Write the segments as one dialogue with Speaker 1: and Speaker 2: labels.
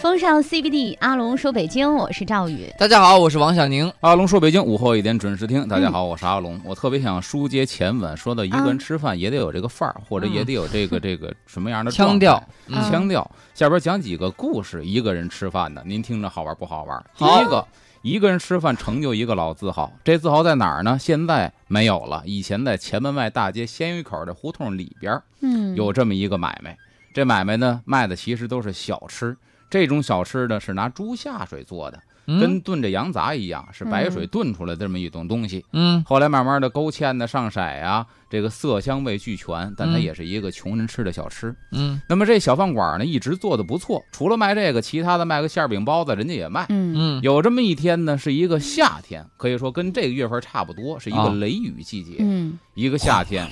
Speaker 1: 风尚 CBD，阿龙说北京，我是赵宇。
Speaker 2: 大家好，我是王小宁。
Speaker 3: 阿龙说：“北京午后一点准时听。”大家
Speaker 2: 嗯
Speaker 3: 好，我是阿龙。我特别想书接前文，说到一个人吃饭也得有这个范儿，或者也得有这个这个什么样的
Speaker 2: 嗯腔
Speaker 3: 状态
Speaker 2: 调，
Speaker 1: 嗯
Speaker 2: 嗯，
Speaker 3: 腔调。下边讲几个故事，一个人吃饭的，您听着好玩不好玩？第
Speaker 2: 好
Speaker 3: 一个，一个人吃饭成就一个老字号，这字号在哪儿呢？现在没有了，以前在前门外大街鲜鱼口的胡同里边儿
Speaker 1: 嗯，
Speaker 3: 有这么一个买卖。这买卖呢，卖的其实都是小吃。这种小吃呢，是拿猪下水做的，
Speaker 2: 嗯
Speaker 3: 跟炖这羊杂一样，是白水炖出来的这么一种东西。
Speaker 2: 嗯
Speaker 3: 后来慢慢的勾芡的上色啊，这个色香味俱全，但它也是一个穷人吃的小吃。
Speaker 2: 嗯
Speaker 3: 那么这小饭馆呢，一直做的不错，除了卖这个，其他的卖个馅儿饼包子，人家也卖。
Speaker 1: 嗯
Speaker 2: 嗯
Speaker 3: 有这么一天呢，是一个夏天，可以说跟这个月份差不多，是一个
Speaker 2: 啊
Speaker 3: 雷雨季节。
Speaker 1: 嗯
Speaker 3: 一个夏天，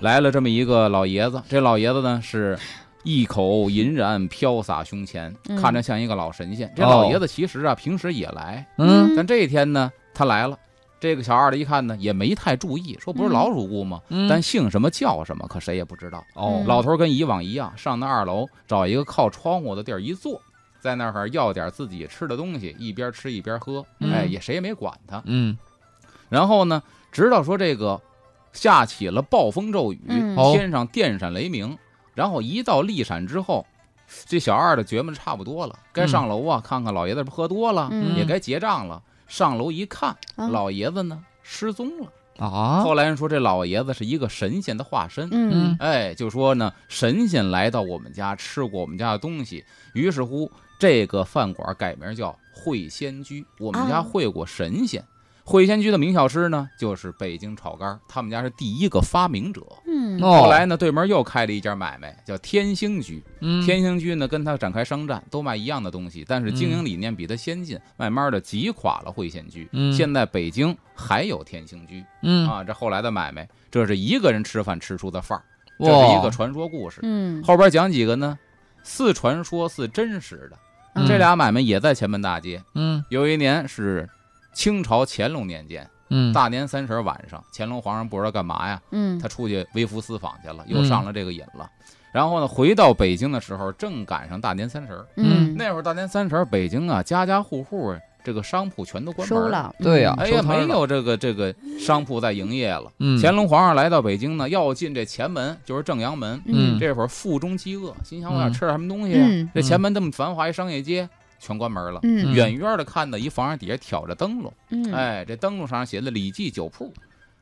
Speaker 3: 来了这么一个老爷子。这老爷子呢是。一口银髯飘洒胸前，
Speaker 1: 嗯
Speaker 3: 看着像一个老神仙。这
Speaker 2: 哦
Speaker 3: 老爷子其实啊，平时也来，
Speaker 2: 嗯
Speaker 3: 但这一天呢，他来了。这个小二的一看呢，也没太注意，说不是
Speaker 1: 嗯
Speaker 3: 老主顾吗？
Speaker 2: 嗯，
Speaker 3: 但姓什么叫什么，可谁也不知道。
Speaker 2: 哦
Speaker 1: 嗯
Speaker 3: 老头儿跟以往一样，上那二楼找一个靠窗户的地儿一坐，在那儿要点自己吃的东西，一边吃一边喝，
Speaker 2: 嗯
Speaker 3: 哎，也谁也没管他。
Speaker 2: 嗯
Speaker 3: 然后呢，直到说这个下起了暴风骤雨，
Speaker 1: 嗯
Speaker 2: 哦
Speaker 3: 天上电闪雷鸣，然后一道利闪之后，这小二的觉么差不多了，该上楼啊，看看老爷子喝多了，
Speaker 1: 嗯
Speaker 3: 也该结账了。上楼一看，
Speaker 1: 啊
Speaker 3: 老爷子呢失踪了。
Speaker 2: 啊
Speaker 3: 后来人说这老爷子是一个神仙的化身。
Speaker 1: 嗯
Speaker 3: 哎，就说呢，神仙来到我们家吃过我们家的东西，于是乎这个饭馆改名叫会仙居。我们
Speaker 1: 啊
Speaker 3: 家会过神仙，会仙居的名小吃呢就是北京炒肝儿，他们家是第一个发明者。
Speaker 1: 嗯
Speaker 2: 哦
Speaker 3: 后来呢，对门又开了一家买卖，叫天星居。
Speaker 2: 嗯
Speaker 3: 天星居呢跟他展开商战，都卖一样的东西，但是经营理念比他先进，慢慢的挤垮了会仙居。
Speaker 2: 嗯
Speaker 3: 现在北京还有天星居
Speaker 2: 嗯
Speaker 3: 啊，这后来的买卖，这是一个人吃饭吃出的范儿。这是
Speaker 2: 哇哦
Speaker 3: 一个传说故事。
Speaker 1: 嗯，
Speaker 3: 后边讲几个呢，似传说似真实的。
Speaker 2: 嗯
Speaker 3: 这俩买卖也在前门大街。
Speaker 2: 嗯
Speaker 3: 有一年是清朝乾隆年间，
Speaker 2: 嗯
Speaker 3: 大年三十晚上，乾隆皇上不知道干嘛呀，
Speaker 1: 嗯
Speaker 3: 他出去微服私访去了，
Speaker 2: 嗯
Speaker 3: 又上了这个瘾了。然后呢，回到北京的时候，正赶上大年三十儿。
Speaker 1: 嗯
Speaker 3: 那会儿大年三十儿，北京啊，家家户户这个商铺全都关门
Speaker 1: 收
Speaker 3: 儿。
Speaker 1: 了，
Speaker 2: 对呀
Speaker 3: 哎呀，
Speaker 2: 嗯收摊儿
Speaker 3: 没
Speaker 2: 了
Speaker 3: 有这个这个商铺在营业了。
Speaker 2: 嗯
Speaker 3: 乾隆皇上来到北京呢，要进这前门，就是正阳门。
Speaker 1: 嗯
Speaker 3: 这会儿腹中饥饿，心想我想
Speaker 2: 嗯
Speaker 3: 吃点什么东西啊、
Speaker 1: 嗯
Speaker 3: 这前门这么繁华一商业街，全关门了。
Speaker 1: 嗯
Speaker 3: 远远的看到一房上底下挑着灯笼，
Speaker 1: 嗯
Speaker 3: 哎，这灯笼上写的“李记酒铺”，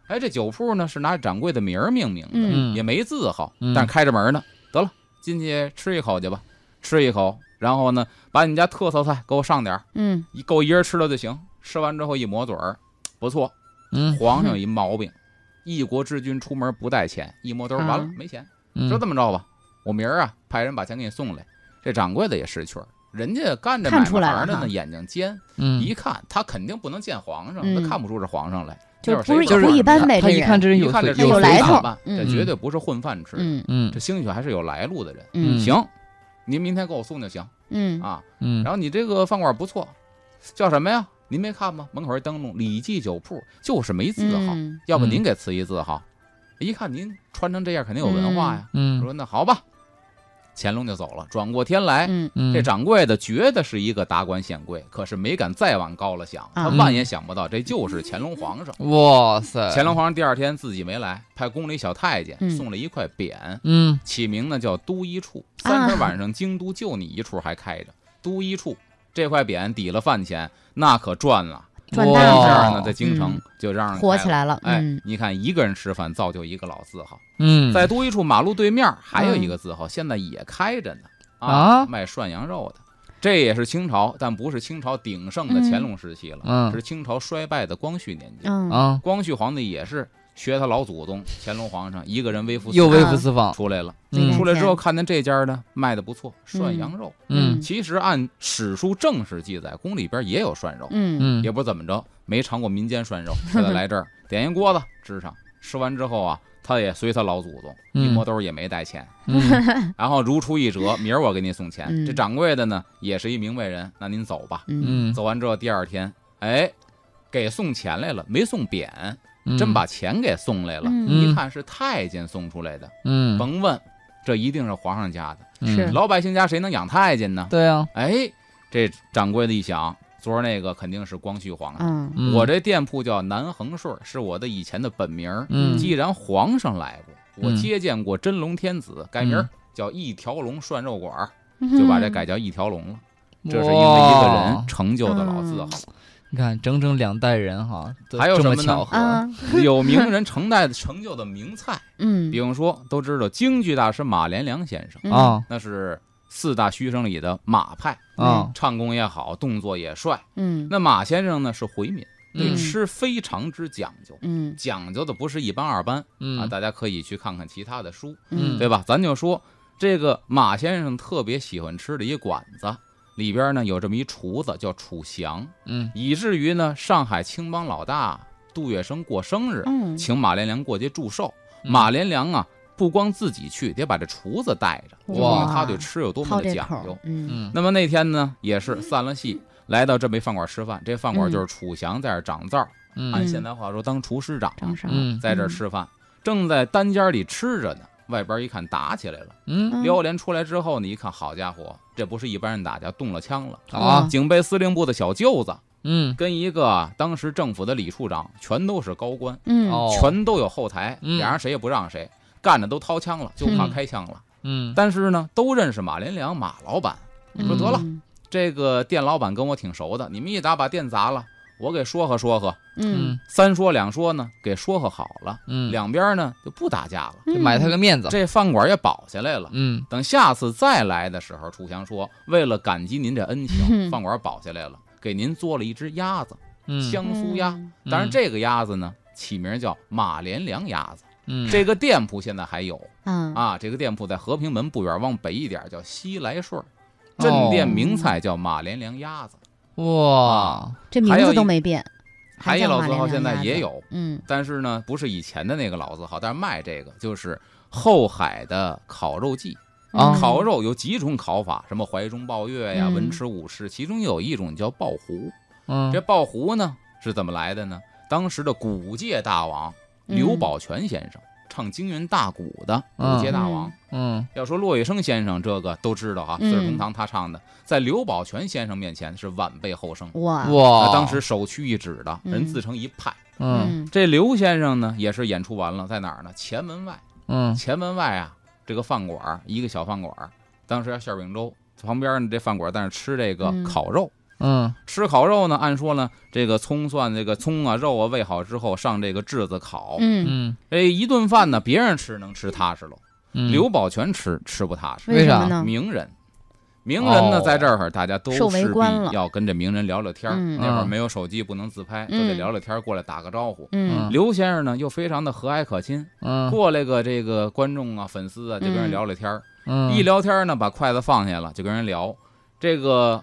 Speaker 3: 哎，这酒铺呢是拿掌柜的名儿命名的，
Speaker 1: 嗯
Speaker 3: 也没字号，
Speaker 2: 嗯
Speaker 3: 但是开着门呢。得了，进去吃一口去吧，吃一口，然后呢，把你们家特色菜给我上点儿，
Speaker 1: 嗯
Speaker 3: 一够一人吃了就行。吃完之后一抹嘴儿，不错。
Speaker 2: 嗯
Speaker 3: 皇上有一毛病，一国之君出门不带钱，一摸兜儿完了
Speaker 1: 啊
Speaker 3: 没钱。
Speaker 2: 嗯
Speaker 3: 说这么着吧，我明儿啊派人把钱给你送来。这掌柜的也识趣儿，人家干这
Speaker 1: 看
Speaker 3: 买
Speaker 1: 出来
Speaker 3: 卖行
Speaker 1: 了
Speaker 3: 的
Speaker 1: 哈
Speaker 3: 呢，眼睛尖，
Speaker 2: 嗯
Speaker 3: 一看他肯定不能见皇上，
Speaker 1: 嗯
Speaker 3: 他看不出是皇上来，
Speaker 1: 就
Speaker 3: 那会儿
Speaker 1: 不是
Speaker 3: 谁管
Speaker 1: 不一般
Speaker 3: 呢
Speaker 1: 呗
Speaker 2: 他
Speaker 1: 这
Speaker 2: 一
Speaker 1: 人
Speaker 2: 看这人
Speaker 3: 一
Speaker 2: 有
Speaker 3: 看这
Speaker 2: 水
Speaker 3: 是
Speaker 1: 有
Speaker 3: 水
Speaker 1: 来
Speaker 3: 打
Speaker 1: 头
Speaker 3: 扮
Speaker 1: 嗯
Speaker 3: 这绝对不是混饭吃的，
Speaker 1: 嗯
Speaker 2: 嗯
Speaker 3: 这兴许还是有来路的人。
Speaker 1: 嗯
Speaker 3: 行，您明天给我送就行
Speaker 1: 嗯
Speaker 3: 啊。
Speaker 2: 嗯
Speaker 3: 然后你这个饭馆不错，叫什么呀？您没看吗？门口一灯笼，李记酒铺，就是没字号，
Speaker 1: 嗯
Speaker 3: 要不您给赐一字号？一看您穿成这样，肯定有文化呀。
Speaker 2: 嗯
Speaker 3: 说那好吧，乾隆就走了。转过天来，
Speaker 1: 嗯
Speaker 2: 嗯
Speaker 3: 这掌柜的觉得是一个达官显贵，可是没敢再往高了想，他
Speaker 1: 啊嗯
Speaker 3: 万也想不到这就是乾隆皇上。呃
Speaker 2: 哇塞
Speaker 3: 乾隆皇上第二天自己没来，派宫里小太监
Speaker 1: 嗯
Speaker 3: 送了一块匾，
Speaker 2: 嗯
Speaker 3: 起名呢叫都一处。
Speaker 1: 啊
Speaker 3: 三十晚上京都就你一处还开着，都一处这块匾抵了饭钱，那可赚了。
Speaker 1: 赚
Speaker 2: 哇
Speaker 1: 大
Speaker 3: 这
Speaker 1: 发
Speaker 3: 样
Speaker 2: 样
Speaker 3: 呢，在京城
Speaker 1: 哦嗯
Speaker 3: 就让人
Speaker 1: 火
Speaker 3: 开
Speaker 1: 起。来了，
Speaker 3: 哎
Speaker 1: 嗯，
Speaker 3: 你看一个人吃饭造就一个老字号。
Speaker 2: 嗯
Speaker 3: 在都一处马路对面儿还有一个字
Speaker 1: 嗯
Speaker 3: 号，现在也开着呢
Speaker 2: 啊
Speaker 3: 卖涮羊肉的。这也是清朝，但不是清朝鼎盛的乾隆时期了，
Speaker 2: 嗯
Speaker 3: 是清朝衰败的光绪年间。
Speaker 1: 嗯
Speaker 2: 啊
Speaker 3: 光绪皇帝也是学他老祖宗乾隆皇上，一个人微服私
Speaker 2: 又微
Speaker 1: 啊
Speaker 2: 服私访
Speaker 3: 出来了。
Speaker 1: 嗯
Speaker 3: 出来之后，看见这家呢卖的不错，涮羊肉。
Speaker 2: 嗯
Speaker 3: 其实按史书正史记载，宫里边也有涮肉，
Speaker 1: 嗯
Speaker 2: 嗯
Speaker 3: 也不知道怎么着，没尝过民间涮 肉，他就来这儿点一锅子支上，吃完之后啊，他也随他老祖宗，一摸兜儿也没带钱，
Speaker 2: 嗯
Speaker 3: 然后如出一辙，明儿我给你送钱。
Speaker 1: 嗯
Speaker 3: 这掌柜的呢也是一明白人，那您走吧。
Speaker 1: 嗯
Speaker 2: 嗯
Speaker 3: 走完之后第二天，哎，给送钱来了，没送匾，
Speaker 2: 嗯
Speaker 3: 真把钱给送来了。
Speaker 1: 嗯
Speaker 3: 一看是太监送出来的，
Speaker 2: 嗯
Speaker 3: 甭问，这一定是皇上家的。
Speaker 2: 嗯
Speaker 1: 是
Speaker 3: 老百姓家谁能养太监呢？
Speaker 2: 对啊
Speaker 3: 哎，这掌柜的一想，昨儿那个肯定是光绪皇上。
Speaker 1: 嗯
Speaker 2: 嗯
Speaker 3: 我这店铺叫南恒顺，是我的以前的本名儿。
Speaker 2: 嗯
Speaker 3: 既然皇上来过，我
Speaker 2: 嗯
Speaker 3: 接见过真龙天子，改名儿叫一条龙涮肉馆儿，
Speaker 1: 嗯
Speaker 2: 嗯
Speaker 3: 就把这改叫一条龙了。这是因为一个人
Speaker 2: 哇
Speaker 3: 成就的老字号。
Speaker 2: 你看整整两代人哈，都
Speaker 3: 还有
Speaker 2: 这么
Speaker 3: 什么呢
Speaker 2: 巧合？
Speaker 1: 嗯
Speaker 3: 有名人成代成就的名菜，
Speaker 1: 嗯
Speaker 3: 比方说都知道京剧大师马连良先生，
Speaker 1: 嗯
Speaker 2: 啊
Speaker 3: 那是四大须生里的马派，
Speaker 2: 啊，
Speaker 3: 唱功也好，动作也帅。
Speaker 1: 嗯
Speaker 3: 那马先生呢是回民，对
Speaker 1: 嗯
Speaker 3: 吃非常之讲究，
Speaker 1: 嗯
Speaker 3: 讲究的不是一般二般啊。
Speaker 2: 嗯
Speaker 3: 大家可以去看看其他的书，
Speaker 1: 嗯
Speaker 3: 对吧？咱就说这个马先生特别喜欢吃的一馆子。里边呢有这么一厨子叫楚祥，
Speaker 2: 嗯
Speaker 3: 以至于呢上海青帮老大杜月笙过生日，
Speaker 1: 嗯
Speaker 3: 请马连良过节祝寿。
Speaker 2: 嗯
Speaker 3: 马连良啊，不光自己去，得把这厨子带着，就
Speaker 1: 哇
Speaker 3: 问他对吃有多么
Speaker 1: 好
Speaker 3: 的
Speaker 1: 这
Speaker 3: 讲
Speaker 1: 口
Speaker 3: 究
Speaker 1: 儿。，嗯
Speaker 2: 嗯
Speaker 3: 那么那天呢，也是散了戏，来到这么一饭馆吃饭。这饭
Speaker 1: 嗯
Speaker 3: 馆就是楚祥在这儿掌灶，
Speaker 2: 嗯
Speaker 3: 按现代话说当厨师长，
Speaker 1: 张生
Speaker 2: 嗯
Speaker 3: 在这儿吃饭，正在单间里吃着呢。外边一看打起来了，
Speaker 2: 嗯
Speaker 3: 撩帘出来之后呢，一看好家伙，这不是一般人打架，动了枪了。
Speaker 2: 啊
Speaker 3: 警备司令部的小舅子
Speaker 2: 嗯
Speaker 3: 跟一个当时政府的李处长，全都是高官，
Speaker 1: 嗯
Speaker 2: 哦
Speaker 3: 全都有后台，
Speaker 2: 嗯
Speaker 3: 俩人谁也不让谁，干着都掏枪了，就怕开枪了。
Speaker 2: 嗯
Speaker 3: 但是呢，都认识马连良马老板，
Speaker 2: 嗯
Speaker 3: 说得了，
Speaker 1: 嗯
Speaker 3: 这个店老板跟我挺熟的，你们一打把店砸了，我给说和说和，
Speaker 1: 嗯
Speaker 2: 嗯
Speaker 3: 三说两说呢，给说和好了，
Speaker 2: 嗯，
Speaker 3: 两边呢就不打架了，
Speaker 2: 就买
Speaker 1: 嗯
Speaker 2: 他个面子。
Speaker 3: 这饭馆也保下来了。
Speaker 2: 嗯
Speaker 3: 等下次再来的时候，楚祥说，为了感激您这恩情，
Speaker 1: 嗯
Speaker 3: 饭馆保下来了，给您做了一只鸭子，
Speaker 2: 嗯，
Speaker 3: 香酥鸭。当然，这个鸭子呢，起名叫马连良鸭子。
Speaker 2: 嗯
Speaker 3: 这个店铺现在还有
Speaker 1: 嗯
Speaker 3: 啊，这个店铺在和平门不远，往北一点叫西来顺儿，
Speaker 2: 哦
Speaker 3: 镇店名菜叫马连良鸭子。
Speaker 2: 哇
Speaker 1: 这名
Speaker 3: 还有
Speaker 1: 字
Speaker 3: 一
Speaker 1: 都没变，
Speaker 3: 还有
Speaker 1: 叫
Speaker 3: 老
Speaker 1: 马
Speaker 3: 字
Speaker 1: 连
Speaker 3: 号
Speaker 1: 良
Speaker 3: 现在
Speaker 1: 鸭
Speaker 3: 也
Speaker 1: 子，
Speaker 3: 有，
Speaker 1: 嗯
Speaker 3: 但是呢，不是以前的那个老字号，但是卖这个就是后海的烤肉季。
Speaker 2: 啊嗯
Speaker 3: 烤肉有几种烤法，什么怀中抱月呀、
Speaker 1: 哦嗯
Speaker 3: 文吃武吃，其中有一种叫爆糊。
Speaker 2: 嗯
Speaker 3: 这爆糊呢是怎么来的呢？当时的鼓界大王刘宝全先生唱京韵大鼓的
Speaker 2: 嗯
Speaker 3: 鼓界大王。
Speaker 2: 嗯
Speaker 3: 要说骆玉笙先生这个都知道啊，
Speaker 1: 嗯
Speaker 3: 四世同堂他唱的，在刘宝全先生面前是晚辈后生，
Speaker 1: 哇
Speaker 2: 哇
Speaker 3: 那当时首屈一指的人自成一派。
Speaker 2: 嗯
Speaker 3: 这刘先生呢，也是演出完了，在哪儿呢？前门外，
Speaker 2: 嗯
Speaker 3: 前门外啊，这个饭馆儿一个小饭馆儿，当时叫馅饼粥，旁边呢这饭馆儿在那儿吃这个
Speaker 1: 嗯
Speaker 3: 烤肉，
Speaker 2: 嗯
Speaker 3: 吃烤肉呢，按说呢，这个葱蒜这个葱啊肉啊喂好之后上这个炙子烤，
Speaker 1: 嗯
Speaker 2: 嗯
Speaker 3: 这一顿饭呢，别人吃能吃踏实喽，
Speaker 2: 嗯
Speaker 3: 刘宝全吃吃不踏实，
Speaker 2: 为
Speaker 1: 为什
Speaker 2: 啥
Speaker 1: 么呢？
Speaker 3: 名人。名人呢，
Speaker 2: 哦
Speaker 3: 在这儿大家都
Speaker 1: 嗯受围
Speaker 3: 势必
Speaker 1: 观了
Speaker 3: 要跟这名人聊聊天儿。
Speaker 1: 嗯
Speaker 3: 那会儿
Speaker 2: 嗯
Speaker 3: 没有手机，不能自拍，都得
Speaker 1: 嗯
Speaker 3: 聊聊天儿，过来打个招呼。
Speaker 1: 嗯
Speaker 3: 刘先生呢又非常的和蔼可亲，
Speaker 1: 啊
Speaker 2: 嗯
Speaker 3: 过来个这个观众啊、粉丝啊，就跟人聊聊天儿。
Speaker 2: 嗯
Speaker 3: 一聊天儿呢，把筷子放下了，就跟人聊。这个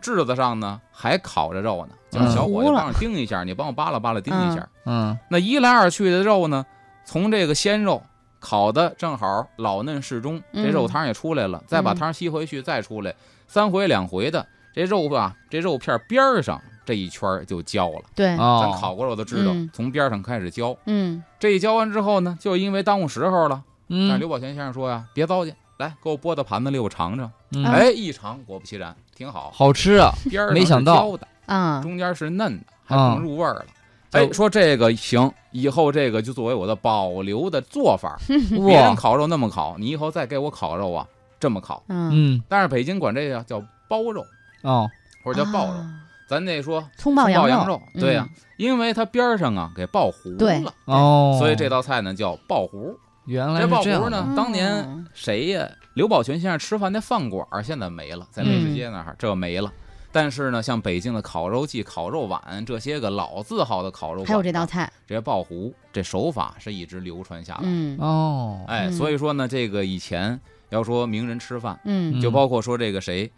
Speaker 3: 炙子上呢还烤着肉呢，就是小
Speaker 1: 嗯
Speaker 3: 伙子
Speaker 1: 糊了
Speaker 3: 帮我盯一下，你帮我扒拉扒拉盯一下。
Speaker 2: 嗯
Speaker 3: 那一来二去的肉呢，从这个鲜肉烤的正好老嫩适中，
Speaker 1: 嗯
Speaker 3: 这肉汤也出来了，再把
Speaker 1: 嗯
Speaker 3: 汤吸回去，再出来，三回两回的这肉啊，这肉片边儿上这一圈儿就焦了。
Speaker 1: 对，
Speaker 2: 哦
Speaker 3: 咱烤过肉都知道
Speaker 1: 嗯，
Speaker 3: 从边儿上开始焦。
Speaker 1: 嗯
Speaker 3: 这一浇完之后呢，就因为耽误时候了。但是
Speaker 2: 嗯
Speaker 3: 刘宝全先生说呀，别糟践，来给我拨到盘子里，我尝尝。
Speaker 2: 嗯
Speaker 3: 哎，一尝，果不其然，挺好，
Speaker 2: 好吃啊
Speaker 3: 边儿上
Speaker 2: 没想到
Speaker 3: 是焦的，
Speaker 1: 啊
Speaker 3: 中间是嫩的，还
Speaker 2: 啊
Speaker 3: 能入味儿了。
Speaker 2: 就
Speaker 3: 哎，说这个行，以后这个就作为我的保留的做法。别人
Speaker 2: 哇
Speaker 3: 烤肉那么烤，你以后再给我烤肉啊，这么烤。
Speaker 1: 嗯
Speaker 2: 嗯
Speaker 3: 但是北京管这个叫包肉
Speaker 2: 哦
Speaker 3: 或者叫爆肉，
Speaker 1: 啊
Speaker 3: 咱得说
Speaker 1: 葱爆
Speaker 3: 羊
Speaker 1: 羊
Speaker 3: 肉，对呀、因为它边儿上啊给爆糊
Speaker 1: 对
Speaker 3: 了，
Speaker 2: 哦，
Speaker 3: 所以这道菜呢叫爆糊。
Speaker 2: 原来
Speaker 3: 这
Speaker 2: 是
Speaker 3: 爆
Speaker 2: 这
Speaker 3: 糊
Speaker 2: 样
Speaker 3: 呢
Speaker 1: 嗯
Speaker 2: 的，
Speaker 3: 当年
Speaker 1: 哦
Speaker 3: 谁呀？刘宝全先生吃饭那饭馆儿现在没了，在美
Speaker 1: 嗯
Speaker 3: 食街那儿、这没了。但是呢，像北京的烤肉季、烤肉碗这些个老字号的烤肉馆，
Speaker 1: 还有这道菜，
Speaker 3: 这些爆糊，这手法是一直流传下来。
Speaker 1: 嗯
Speaker 2: 哦
Speaker 3: 哎，
Speaker 1: 嗯
Speaker 3: 所以说呢，这个以前要说名人吃饭，
Speaker 1: 嗯
Speaker 3: 就包括说这个谁，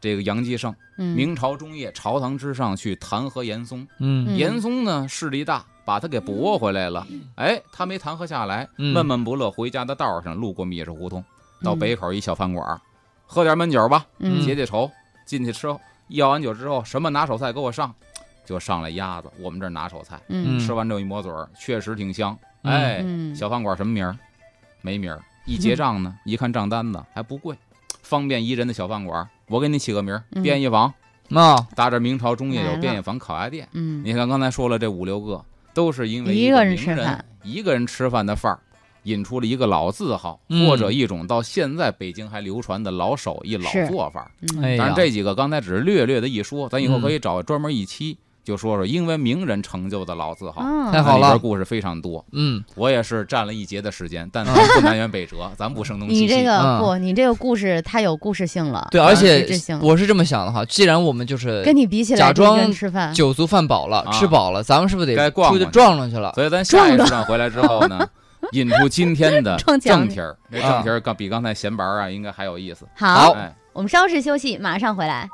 Speaker 3: 这个杨继盛，
Speaker 1: 嗯，
Speaker 3: 明朝中叶朝堂之上去弹劾严嵩，
Speaker 2: 嗯
Speaker 1: 嗯
Speaker 3: 严嵩呢势力大，把他给驳回来了。哎，他没弹劾下来，
Speaker 2: 嗯
Speaker 3: 闷闷不乐。回家的道上路过密室胡同，到北口一小饭馆儿，喝点闷酒吧，
Speaker 1: 嗯
Speaker 3: 解解愁。进去吃后，要完酒之后，什么拿手菜给我上，就上来鸭子。我们这儿拿手菜，
Speaker 1: 嗯
Speaker 2: 嗯
Speaker 3: 吃完之后一抹嘴儿，确实挺香。
Speaker 2: 嗯
Speaker 3: 哎，
Speaker 1: 嗯
Speaker 3: 小饭馆什么名儿？没名儿。一结账呢，一看账单子还不贵，方便宜人的小饭馆儿，我给你起个名儿，
Speaker 1: 嗯
Speaker 3: 便宜坊。
Speaker 2: 那
Speaker 3: 打这明朝中叶
Speaker 1: 来
Speaker 3: 有
Speaker 1: 了
Speaker 3: 便宜坊烤鸭店。
Speaker 1: 嗯，
Speaker 3: 你看刚才说了这五六个，都是因为
Speaker 1: 一
Speaker 3: 一
Speaker 1: 个
Speaker 3: 个
Speaker 1: 人
Speaker 3: 名
Speaker 1: 吃饭，
Speaker 3: 一个人吃饭的范儿，引出了一个老字号，
Speaker 2: 嗯
Speaker 3: 或者一种到现在北京还流传的老手艺、老
Speaker 1: 是
Speaker 3: 做法儿。
Speaker 1: 嗯
Speaker 2: 哎
Speaker 3: 当然
Speaker 2: 呀，
Speaker 3: 这几个刚才只是略略的一说，咱以后
Speaker 2: 嗯
Speaker 3: 可以找专门一期就说说因为名人成就的老字号。
Speaker 1: 哦
Speaker 2: 太好
Speaker 3: 里边
Speaker 2: 了
Speaker 3: 故事非常多。
Speaker 2: 嗯，
Speaker 3: 我也是占了一节的时间，但咱不南辕北辙，咱不声东击
Speaker 1: 啊你
Speaker 3: 西。
Speaker 1: 这个
Speaker 2: 嗯
Speaker 1: 不，你这个故事太有故事性了。
Speaker 3: 啊
Speaker 2: 对，而
Speaker 1: 实质
Speaker 2: 且
Speaker 1: 性
Speaker 2: 我是这么想的哈，既然我们就是
Speaker 1: 跟你比起来，
Speaker 2: 假装
Speaker 1: 一个人吃饭，
Speaker 2: 酒足饭饱了，
Speaker 3: 啊
Speaker 2: 吃饱了，咱们是不是
Speaker 3: 该
Speaker 2: 得
Speaker 3: 逛
Speaker 2: 出去
Speaker 3: 逛去
Speaker 2: 撞撞去了？
Speaker 3: 所以咱下一时段回来之后呢，引出今天的
Speaker 1: 撞墙
Speaker 3: 正题儿。这正题儿刚比刚才闲白儿啊，应该还有意思。
Speaker 1: 好，
Speaker 2: 啊好
Speaker 3: 哎，
Speaker 1: 我们稍事休息，马上回来。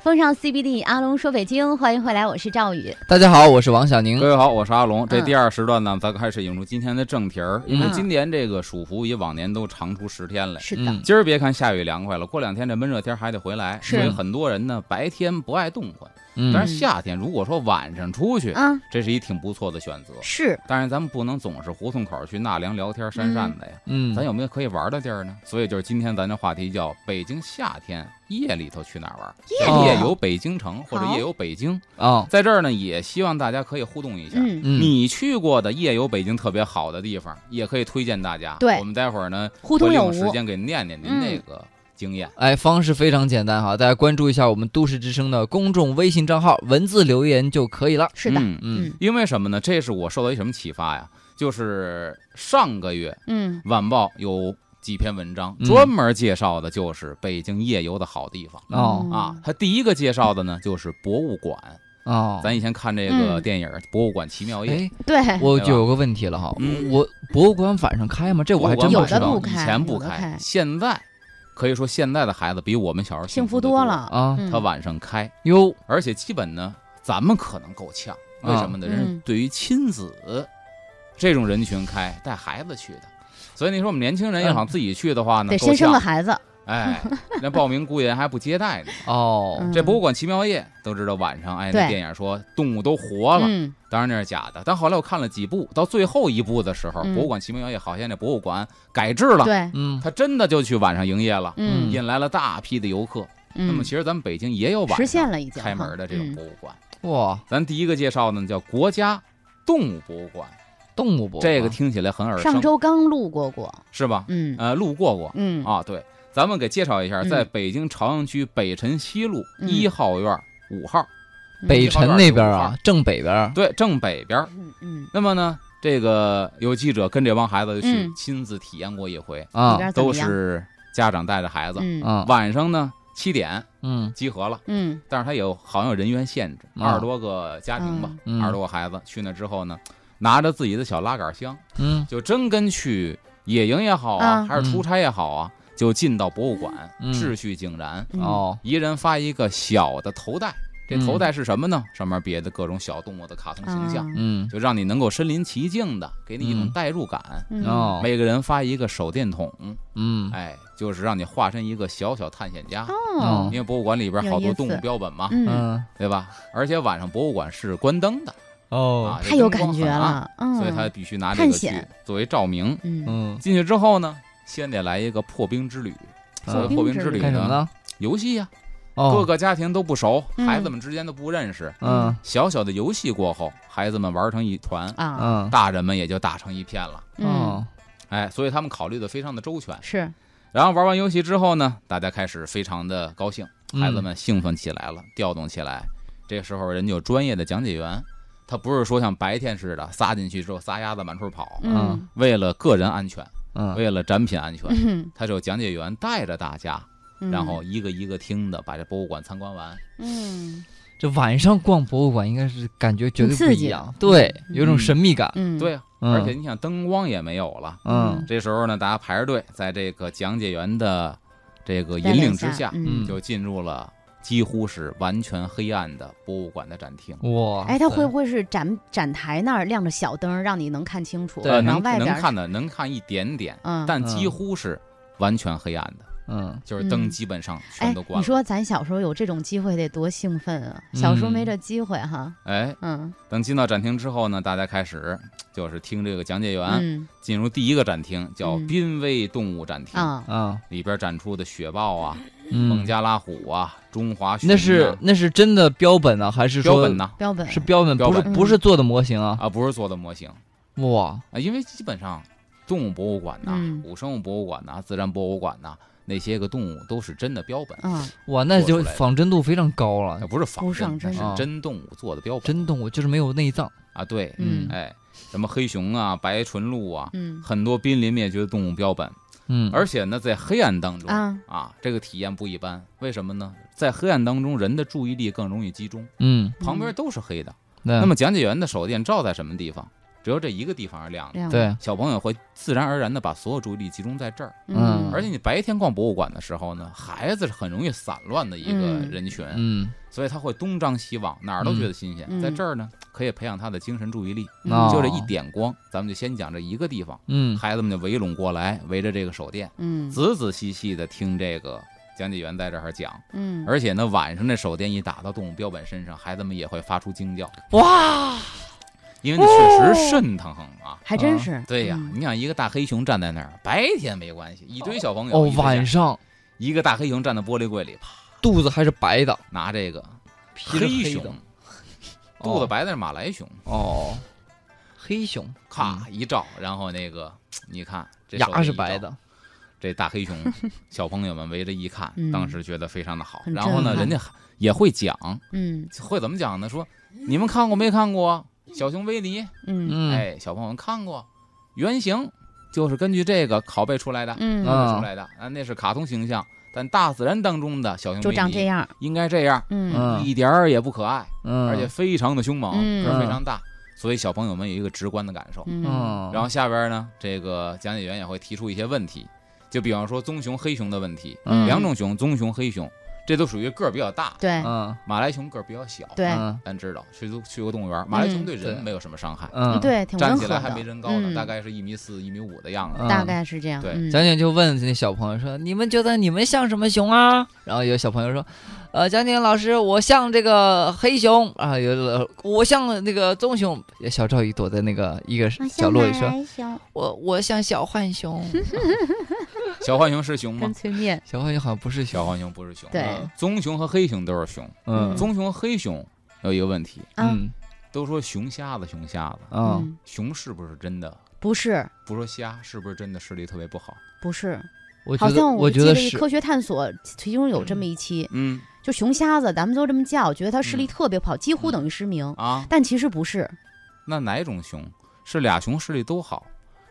Speaker 1: 风尚 CBD，阿龙说北京，欢迎回来，我是赵宇。
Speaker 2: 大家好，我是王小宁。
Speaker 3: 各位好，我是阿龙。这
Speaker 1: 嗯
Speaker 3: 第二时段呢，咱开始引入今天的正题儿，因为
Speaker 1: 嗯
Speaker 3: 今年这个暑伏比往年都长出十天来。
Speaker 1: 是的，
Speaker 2: 嗯，
Speaker 3: 今儿别看下雨凉快了，过两天这闷热天还得回来，
Speaker 1: 是
Speaker 3: 所以很多人呢白天不爱动换，但
Speaker 2: 嗯，
Speaker 3: 是夏天如果说晚上出去，
Speaker 1: 啊，
Speaker 3: 这是一挺不错的选择。
Speaker 1: 是
Speaker 3: 当然，咱们不能总是胡同口去纳凉聊天扇扇的呀，
Speaker 2: 嗯，
Speaker 3: 咱有没有可以玩的地儿呢？
Speaker 1: 嗯
Speaker 3: 所以就是今天咱这话题叫北京夏天
Speaker 1: 嗯
Speaker 3: 夜里头去哪儿玩？
Speaker 1: 啊
Speaker 2: 里
Speaker 3: 哦夜
Speaker 2: 头
Speaker 3: 游北京城或者
Speaker 1: 好
Speaker 3: 夜游北京，
Speaker 2: 啊，
Speaker 3: 在这儿呢也希望大家可以互动一下。
Speaker 1: 嗯，
Speaker 2: 嗯，
Speaker 3: 你去过的夜游北京特别好的地方，也可以推荐大家。
Speaker 1: 对
Speaker 3: 我们待会儿呢
Speaker 1: 互
Speaker 3: 会
Speaker 1: 通
Speaker 3: 利
Speaker 1: 有
Speaker 3: 用
Speaker 1: 无
Speaker 3: 时。间给念念您
Speaker 1: 嗯
Speaker 3: 那个经验。
Speaker 2: 哎，方式非常简单哈，大家关注一下我们都市之声的公众微信账号，文字留言就可以了。
Speaker 1: 是的，
Speaker 3: 嗯
Speaker 2: 嗯，
Speaker 3: 因为什么呢？这是我受到一什么启发呀？就是上个月
Speaker 1: 嗯，
Speaker 3: 晚报有几篇文章
Speaker 2: 嗯
Speaker 3: 专门介绍的就是北京夜游的好地
Speaker 1: 嗯
Speaker 3: 方。
Speaker 2: 哦
Speaker 3: 啊，，它第一个介绍的呢就是博物馆。
Speaker 2: 哦，
Speaker 3: 咱以前看这
Speaker 1: 嗯
Speaker 3: 个电影《博物馆奇妙夜》，
Speaker 2: 哎，
Speaker 1: 对，
Speaker 2: 我就有个问题了哈，
Speaker 3: 嗯
Speaker 2: 我博物馆晚上开吗？这我还真
Speaker 3: 博
Speaker 2: 不
Speaker 3: 物馆
Speaker 2: 知
Speaker 1: 有的
Speaker 2: 道
Speaker 1: 不开
Speaker 3: 以前不
Speaker 1: 有的
Speaker 3: 开
Speaker 1: 开，
Speaker 3: 现在可以说现在的孩子比我们小时候
Speaker 1: 幸
Speaker 3: 福
Speaker 1: 福
Speaker 3: 得
Speaker 1: 多。了。
Speaker 2: 啊
Speaker 1: 嗯
Speaker 3: 他晚上开，
Speaker 2: 哟，
Speaker 3: 而且基本呢，咱们可能够呛。为什么呢？
Speaker 1: 啊
Speaker 3: 人
Speaker 1: 嗯
Speaker 3: 对于亲子这种人群开，带孩子去的，所以你说我们年轻人要想自己去的话呢，
Speaker 1: 得
Speaker 3: 够
Speaker 1: 先生个
Speaker 3: 呛。
Speaker 1: 孩子，
Speaker 3: 哎，那报名估计人还不接待呢。
Speaker 2: 哦
Speaker 1: 嗯，
Speaker 3: 这博物馆奇妙夜都知道，晚上哎，那
Speaker 1: 对
Speaker 3: 电影说动物都活了，
Speaker 1: 嗯，
Speaker 3: 当然那是假的，但后来我看了几部，到最后一部的时候，
Speaker 1: 嗯
Speaker 3: 博物馆奇妙夜好像这博物馆改制了，
Speaker 1: 对，
Speaker 2: 嗯，
Speaker 3: 它真的就去晚上营业了，
Speaker 1: 嗯
Speaker 3: 引来了大批的游客。那
Speaker 1: 嗯
Speaker 3: 么其，实咱们北京也有晚
Speaker 1: 实
Speaker 3: 上
Speaker 1: 现了已经
Speaker 3: 开门的这种
Speaker 1: 嗯
Speaker 3: 博物馆。
Speaker 2: 哇，
Speaker 3: 咱第一个介绍呢叫国家动物博物馆，
Speaker 2: 动物博物馆
Speaker 3: 这
Speaker 1: 嗯
Speaker 3: 个听起来很耳
Speaker 1: 上
Speaker 3: 生，
Speaker 1: 周刚路过过，
Speaker 3: 是吧？
Speaker 1: 嗯
Speaker 3: 呃，路过过
Speaker 1: 嗯，
Speaker 3: 啊，对，咱们给介绍一下，
Speaker 1: 嗯
Speaker 3: 在北京朝阳区北辰西路
Speaker 1: 嗯
Speaker 3: 一号院五号，
Speaker 1: 嗯
Speaker 2: 北辰那边啊，正北边儿，
Speaker 3: 对，正北边儿。
Speaker 1: 嗯嗯，
Speaker 3: 那么呢，这个有记者跟这帮孩子就去
Speaker 1: 嗯
Speaker 3: 亲自体验过一回，
Speaker 1: 里
Speaker 2: 啊
Speaker 1: 边怎
Speaker 3: 都
Speaker 1: 么样？
Speaker 3: 是家长带着孩子，
Speaker 1: 嗯
Speaker 2: 啊，
Speaker 3: 晚上呢七点
Speaker 2: 嗯
Speaker 3: 集合了，
Speaker 1: 嗯
Speaker 3: 但是他有好像有人员限制，
Speaker 1: 哦
Speaker 2: 啊
Speaker 3: 二十多个家庭吧，
Speaker 2: 嗯
Speaker 3: 二十多个孩子去那之后呢，拿着自己的小拉杆箱，
Speaker 2: 嗯
Speaker 3: 就真跟去野营也好啊，
Speaker 1: 啊
Speaker 3: 还是出差也好啊，就进到博物馆，
Speaker 2: 嗯
Speaker 3: 秩序井然，
Speaker 1: 嗯
Speaker 2: 哦，
Speaker 3: 一人发一个小的头带，这
Speaker 2: 嗯
Speaker 3: 头带是什么呢？上面别的各种小动物的卡通形
Speaker 1: 啊
Speaker 3: 象。
Speaker 2: 嗯
Speaker 3: 就让你能够身临其境的，给你一种
Speaker 2: 嗯
Speaker 3: 代入感。
Speaker 1: 嗯
Speaker 2: 哦，
Speaker 3: 每个人发一个手电筒，
Speaker 2: 嗯
Speaker 3: 哎，就是让你化身一个小小探险家。
Speaker 1: 哦
Speaker 3: 因为博物馆里边
Speaker 1: 有
Speaker 3: 好
Speaker 1: 意
Speaker 3: 多
Speaker 1: 思
Speaker 3: 动物标本嘛，
Speaker 1: 嗯，
Speaker 2: 嗯
Speaker 3: 对吧？而且晚上博物馆是关灯的啊
Speaker 2: 哦，
Speaker 1: 太有
Speaker 3: 这灯
Speaker 1: 感
Speaker 3: 光
Speaker 1: 觉
Speaker 3: 很暗，
Speaker 1: 了，嗯，
Speaker 3: 所以他必须拿这个
Speaker 1: 探
Speaker 3: 去
Speaker 1: 险
Speaker 3: 作为照明。
Speaker 1: 嗯
Speaker 2: 嗯，
Speaker 3: 进去之后呢，先得来一个破冰之旅。
Speaker 2: 嗯
Speaker 3: 所谓破冰之旅
Speaker 2: 干什么
Speaker 3: 呢，
Speaker 2: 呢？
Speaker 3: 游戏呀，各
Speaker 2: 哦，
Speaker 3: 个家庭都不熟，
Speaker 1: 嗯
Speaker 3: 孩子们之间都不认识。
Speaker 2: 嗯
Speaker 3: 小小的游戏过后，孩子们玩成一团，
Speaker 1: 啊
Speaker 2: 嗯
Speaker 3: 大人们也就打成一片了。
Speaker 1: 嗯
Speaker 2: 哦，
Speaker 3: 哎，所以他们考虑的非常的周全。
Speaker 1: 是
Speaker 3: 然后玩完游戏之后呢，大家开始非常的高兴，
Speaker 2: 嗯
Speaker 3: 孩子们兴奋起来了，调动起来。这时候人家有专业的讲解员，他不是说像白天似的撒进去之后撒丫子满处跑，
Speaker 1: 嗯
Speaker 3: 为了个人安全，
Speaker 2: 嗯
Speaker 3: 为了展品安全，
Speaker 1: 啊嗯
Speaker 3: 他是有讲解员带着大家，
Speaker 1: 嗯
Speaker 3: 然后一个一个听的把这博物馆参观完。
Speaker 1: 嗯
Speaker 2: 这晚上逛博物馆应该是感觉绝对不
Speaker 1: 刺激
Speaker 2: 一样，对，有一种
Speaker 3: 嗯
Speaker 2: 神秘感，
Speaker 1: 嗯
Speaker 3: 对啊，
Speaker 2: 嗯
Speaker 3: 而且你想灯光也没有了，
Speaker 2: 嗯
Speaker 3: 这时候呢，大家排着队，在这个讲解员的这个引领之下，
Speaker 1: 嗯
Speaker 2: 嗯
Speaker 3: 就进入了几乎是完全黑暗的博物馆的展厅。
Speaker 2: 哇，
Speaker 1: 哎，它会不会是展展台那儿亮着小灯儿，让你能看清楚？
Speaker 2: 对
Speaker 3: 呃，
Speaker 1: 然后
Speaker 3: 能
Speaker 1: 外
Speaker 3: 能
Speaker 1: 边儿
Speaker 3: 看的能看一点点，
Speaker 1: 嗯，
Speaker 3: 但几
Speaker 2: 嗯
Speaker 3: 乎是完全黑暗的。
Speaker 2: 嗯，
Speaker 3: 就是灯基本上全
Speaker 1: 哎
Speaker 3: 都，
Speaker 1: 你
Speaker 3: 关了。
Speaker 1: 说咱小时候有这种机会得多兴奋啊！小时候没
Speaker 2: 嗯
Speaker 1: 这机会哈，
Speaker 3: 哎，
Speaker 1: 嗯
Speaker 3: 等进到展厅之后呢，大家开始就是听这个讲解员
Speaker 1: 嗯
Speaker 3: 进入第一个展厅，叫
Speaker 1: 嗯
Speaker 3: 濒危动物展厅，
Speaker 1: 啊，
Speaker 2: 啊，
Speaker 3: 里边展出的雪豹啊、
Speaker 2: 嗯
Speaker 3: 孟加拉虎啊、中华鲟啊
Speaker 2: 那是那是真的标本啊呢，还是
Speaker 3: 标
Speaker 2: 说
Speaker 3: 本呢
Speaker 1: 标本
Speaker 2: 是标本，
Speaker 3: 标
Speaker 2: 不是
Speaker 1: 本
Speaker 2: 不是做的模型啊？
Speaker 3: 啊，不是做的模型
Speaker 2: 哇，
Speaker 3: 啊，因为基本上动物博物馆呐、
Speaker 1: 嗯
Speaker 3: 古生物博物馆呐、自然博物馆呐、那些个动物都是真的标本，
Speaker 1: 啊，
Speaker 2: 哇，那
Speaker 3: 做
Speaker 2: 就
Speaker 3: 出来的
Speaker 2: 仿真度非常高
Speaker 3: 那
Speaker 2: 了。
Speaker 3: 不是仿
Speaker 1: 不是仿
Speaker 3: 真，
Speaker 1: 真
Speaker 3: 那
Speaker 2: 的
Speaker 3: 是真动物做的标本
Speaker 2: 啊真动物就是没有内脏，
Speaker 3: 啊。对，
Speaker 1: 嗯
Speaker 3: 哎，什么黑熊啊、白唇鹿啊，
Speaker 1: 嗯
Speaker 3: 很多濒临灭绝的动物标本，
Speaker 2: 嗯，
Speaker 3: 而且呢，在黑暗当中
Speaker 1: 啊
Speaker 3: 啊，这个体验不一般。为什么呢？在黑暗当中，人的注意力更容易集中，
Speaker 2: 嗯，
Speaker 3: 旁边都是黑的。
Speaker 2: 那
Speaker 3: 那么讲解员的手电照在什么地方？只有这一个地方是亮
Speaker 1: 这
Speaker 3: 的。
Speaker 1: 样
Speaker 2: 对，
Speaker 3: 小朋友会自然而然的把所有注意力集中在这儿，
Speaker 2: 嗯
Speaker 3: 而且你白天逛博物馆的时候呢，孩子是很容易散乱的一个
Speaker 1: 嗯
Speaker 3: 人群，
Speaker 2: 嗯，
Speaker 3: 所以他会东张西望，哪儿都觉得新鲜。
Speaker 1: 嗯哦
Speaker 3: 在这儿呢，可以培养他的精神注意力。
Speaker 2: 那
Speaker 3: 就这一点光，咱们就先讲这一个地方，
Speaker 2: 嗯
Speaker 3: 孩子们就围拢过来，围着这个手电，
Speaker 1: 嗯
Speaker 3: 仔仔细细的听这个讲解员在这儿讲。
Speaker 1: 嗯，
Speaker 3: 而且呢，晚上这手电一打到动物标本身上，孩子们也会发出惊叫，
Speaker 2: 哇，
Speaker 3: 因为那确
Speaker 2: 哦
Speaker 3: 实瘆腾腾啊。
Speaker 1: 还真是
Speaker 3: 对呀、
Speaker 1: 嗯
Speaker 3: 你想一个大黑熊站在那儿，白天没关系，一堆小朋友
Speaker 2: 哦
Speaker 3: 一，堆
Speaker 2: 晚
Speaker 3: 小
Speaker 2: 上
Speaker 3: 一个大黑熊站在玻璃柜里，啪
Speaker 2: 肚子还是白的，
Speaker 3: 拿这个
Speaker 2: 皮是黑
Speaker 3: 熊
Speaker 2: 的，
Speaker 3: 肚子
Speaker 2: 哦
Speaker 3: 白的是马来熊，
Speaker 2: 哦，黑熊，
Speaker 3: 咔一照，然后那个你看这
Speaker 2: 嗯
Speaker 3: 手
Speaker 2: 牙
Speaker 3: 电
Speaker 2: 是
Speaker 3: 一照
Speaker 2: 白的，
Speaker 3: 这大 黑熊，小朋友们围着一看
Speaker 1: 嗯，
Speaker 3: 当时觉得非常的好。
Speaker 1: 很
Speaker 3: 然后呢，
Speaker 1: 震撼
Speaker 3: 人家也会讲，
Speaker 1: 嗯
Speaker 3: 会怎么讲呢？说你们看过没看过小熊维尼？
Speaker 1: 嗯
Speaker 2: 嗯，
Speaker 3: 哎，小朋友们看过，原型就是根据这个拷贝出来的，
Speaker 1: 嗯，
Speaker 2: 啊
Speaker 3: 拷贝出来的啊，那是卡通形象，但大自然当中的小熊
Speaker 1: 就
Speaker 3: 维
Speaker 1: 长这
Speaker 3: 尼
Speaker 1: 样，
Speaker 3: 应该这样，
Speaker 1: 嗯
Speaker 2: 嗯
Speaker 3: 一点儿也不可爱，
Speaker 2: 嗯，
Speaker 3: 而且非常的凶猛，
Speaker 1: 嗯
Speaker 3: 个儿非常大，所以小朋友们有一个直观的感受。
Speaker 1: 嗯
Speaker 2: 嗯，
Speaker 3: 然后下边呢，这个讲解员也会提出一些问题，就比方说棕熊、黑熊的问题，
Speaker 2: 嗯
Speaker 3: 两种熊，棕熊、黑熊，这都属于个儿比较大，
Speaker 1: 对
Speaker 2: 嗯
Speaker 3: 马来熊个儿比较小。
Speaker 1: 对嗯
Speaker 2: 嗯
Speaker 3: 咱知道，去都去过动物园，马来熊对人
Speaker 2: 对
Speaker 3: 没有什么伤害，
Speaker 2: 嗯，
Speaker 1: 对，挺
Speaker 3: 站
Speaker 1: 温
Speaker 3: 起
Speaker 1: 和
Speaker 3: 来还没
Speaker 1: 的，
Speaker 3: 人高呢，
Speaker 1: 嗯
Speaker 3: 大概是一米四、一米五的样子。
Speaker 2: 嗯
Speaker 1: 大概是这样，
Speaker 3: 对
Speaker 1: 嗯
Speaker 2: 讲解就问那小朋友说：“你们觉得你们像什么熊啊？”然后有小朋友说：“呃，讲解老师，我像这个黑熊啊，有的我像那个棕熊。”小赵一躲在那个一个
Speaker 1: 啊
Speaker 2: 角落里说
Speaker 4: 熊，：“
Speaker 2: 我我像小浣 熊。
Speaker 3: 小浣熊是
Speaker 2: 嗯
Speaker 3: 熊吗
Speaker 1: 跟？催眠，
Speaker 2: 小浣熊好像不是
Speaker 3: 小
Speaker 2: 熊，
Speaker 3: 浣熊不是熊，
Speaker 1: 嗯对
Speaker 3: 嗯棕熊和黑熊都是熊。
Speaker 2: 嗯
Speaker 3: 棕熊、黑熊有一个问题，
Speaker 1: 啊
Speaker 2: 嗯
Speaker 3: 都说熊瞎子，熊瞎子，
Speaker 2: 啊
Speaker 1: 嗯，
Speaker 3: 熊是不是真的？
Speaker 1: 不是
Speaker 3: 不说瞎，是不是真的视力特别不好？
Speaker 1: 不是，
Speaker 2: 我
Speaker 1: 好
Speaker 2: 觉得
Speaker 1: 像
Speaker 2: 我
Speaker 1: 记
Speaker 2: 觉得
Speaker 1: 得一
Speaker 2: 是
Speaker 1: 科学探索其中有这么一期，
Speaker 3: 嗯
Speaker 1: 就熊瞎子，咱们都这么叫，觉得他视力
Speaker 3: 嗯
Speaker 1: 特别不好，几乎等于失明，
Speaker 3: 啊，
Speaker 1: 但其实不是，
Speaker 3: 那哪种熊是俩熊视力都好，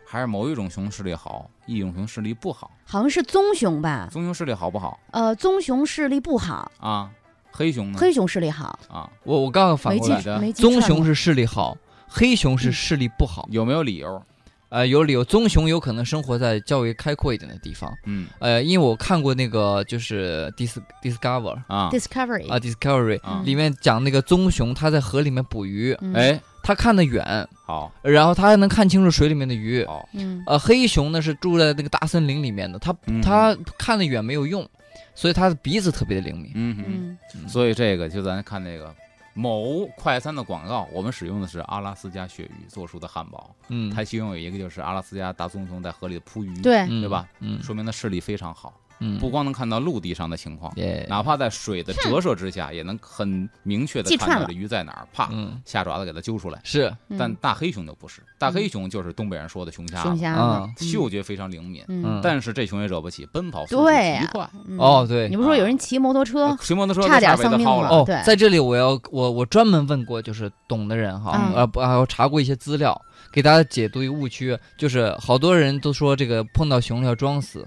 Speaker 3: 还是某一种熊视力好，一种熊视力不好？
Speaker 1: 好像是棕熊吧？
Speaker 3: 棕熊视力好不好
Speaker 1: 呃，棕熊视力不好，
Speaker 3: 啊？黑熊呢？
Speaker 1: 黑熊视力好，
Speaker 3: 啊，
Speaker 2: 我我刚刚嗯反
Speaker 1: 没
Speaker 2: 过
Speaker 1: 记
Speaker 2: 来
Speaker 3: 记，着
Speaker 1: 没记
Speaker 2: 棕
Speaker 1: 串
Speaker 2: 熊
Speaker 1: 过
Speaker 2: 是视力好，黑熊是视力不
Speaker 1: 嗯
Speaker 2: 好。
Speaker 3: 有没有理由？
Speaker 2: 呃，有理由，棕熊有可能生活在较为开阔一点的地方。
Speaker 3: 嗯
Speaker 2: 呃，因为我看过那个就是 Dis Discover
Speaker 3: 啊
Speaker 1: Discovery
Speaker 2: 啊 Discovery
Speaker 3: 啊
Speaker 1: 嗯，
Speaker 2: 里面讲那个棕熊，它在河里面捕鱼，
Speaker 1: 嗯，
Speaker 3: 哎，
Speaker 2: 它看得远，
Speaker 3: 好
Speaker 2: 然后它还能看清楚水里面的鱼。
Speaker 3: 好，
Speaker 1: 嗯
Speaker 2: 呃，黑熊呢是住在那个大森林里面的，它
Speaker 3: 嗯
Speaker 2: 它看得远没有用，所以它的鼻子特别的灵敏。
Speaker 3: 嗯哼，
Speaker 1: 嗯
Speaker 3: 所以这个就咱看那个。某快餐的广告，我们使用的是阿拉斯加鳕鱼做出的汉堡，
Speaker 2: 嗯，
Speaker 3: 它其中有一个就是阿拉斯加大棕熊在河里扑鱼，，
Speaker 1: 对，
Speaker 2: 嗯
Speaker 3: 对吧？
Speaker 2: 嗯
Speaker 3: 说明它视力非常好，
Speaker 2: 嗯，
Speaker 3: 不光能看到陆地上的情况，
Speaker 2: 耶，
Speaker 3: 哪怕在水的折射之下，也能很明确的
Speaker 1: 记
Speaker 3: 看
Speaker 1: 串了
Speaker 3: 到这鱼在哪儿，啪，
Speaker 2: 嗯
Speaker 3: 下爪子给它揪出来。
Speaker 2: 是
Speaker 3: 但
Speaker 1: 嗯
Speaker 3: 大黑熊就不是，大黑熊就是东北人说的熊瞎
Speaker 1: 熊
Speaker 3: 子，
Speaker 1: 瞎
Speaker 2: 啊
Speaker 1: 子，
Speaker 3: 嗅觉非常灵敏，
Speaker 1: 嗯
Speaker 2: 嗯，
Speaker 3: 但是这熊也惹不起，奔跑速度
Speaker 1: 对
Speaker 3: 极
Speaker 1: 呀
Speaker 3: 快，
Speaker 1: 嗯
Speaker 2: 哦对
Speaker 1: 你不是说有人骑摩托车
Speaker 3: 呃，骑摩托车
Speaker 1: 差点
Speaker 3: 都被它
Speaker 1: 丧命
Speaker 3: 薅
Speaker 1: 了
Speaker 3: 了。
Speaker 2: 哦
Speaker 1: 对，
Speaker 2: 在这里我要我我专门问过就是懂的人哈
Speaker 1: 嗯，
Speaker 2: 呃不，还有查过一些资料，给大家解读一个误区，就是好多人都说这个碰到熊了要装死，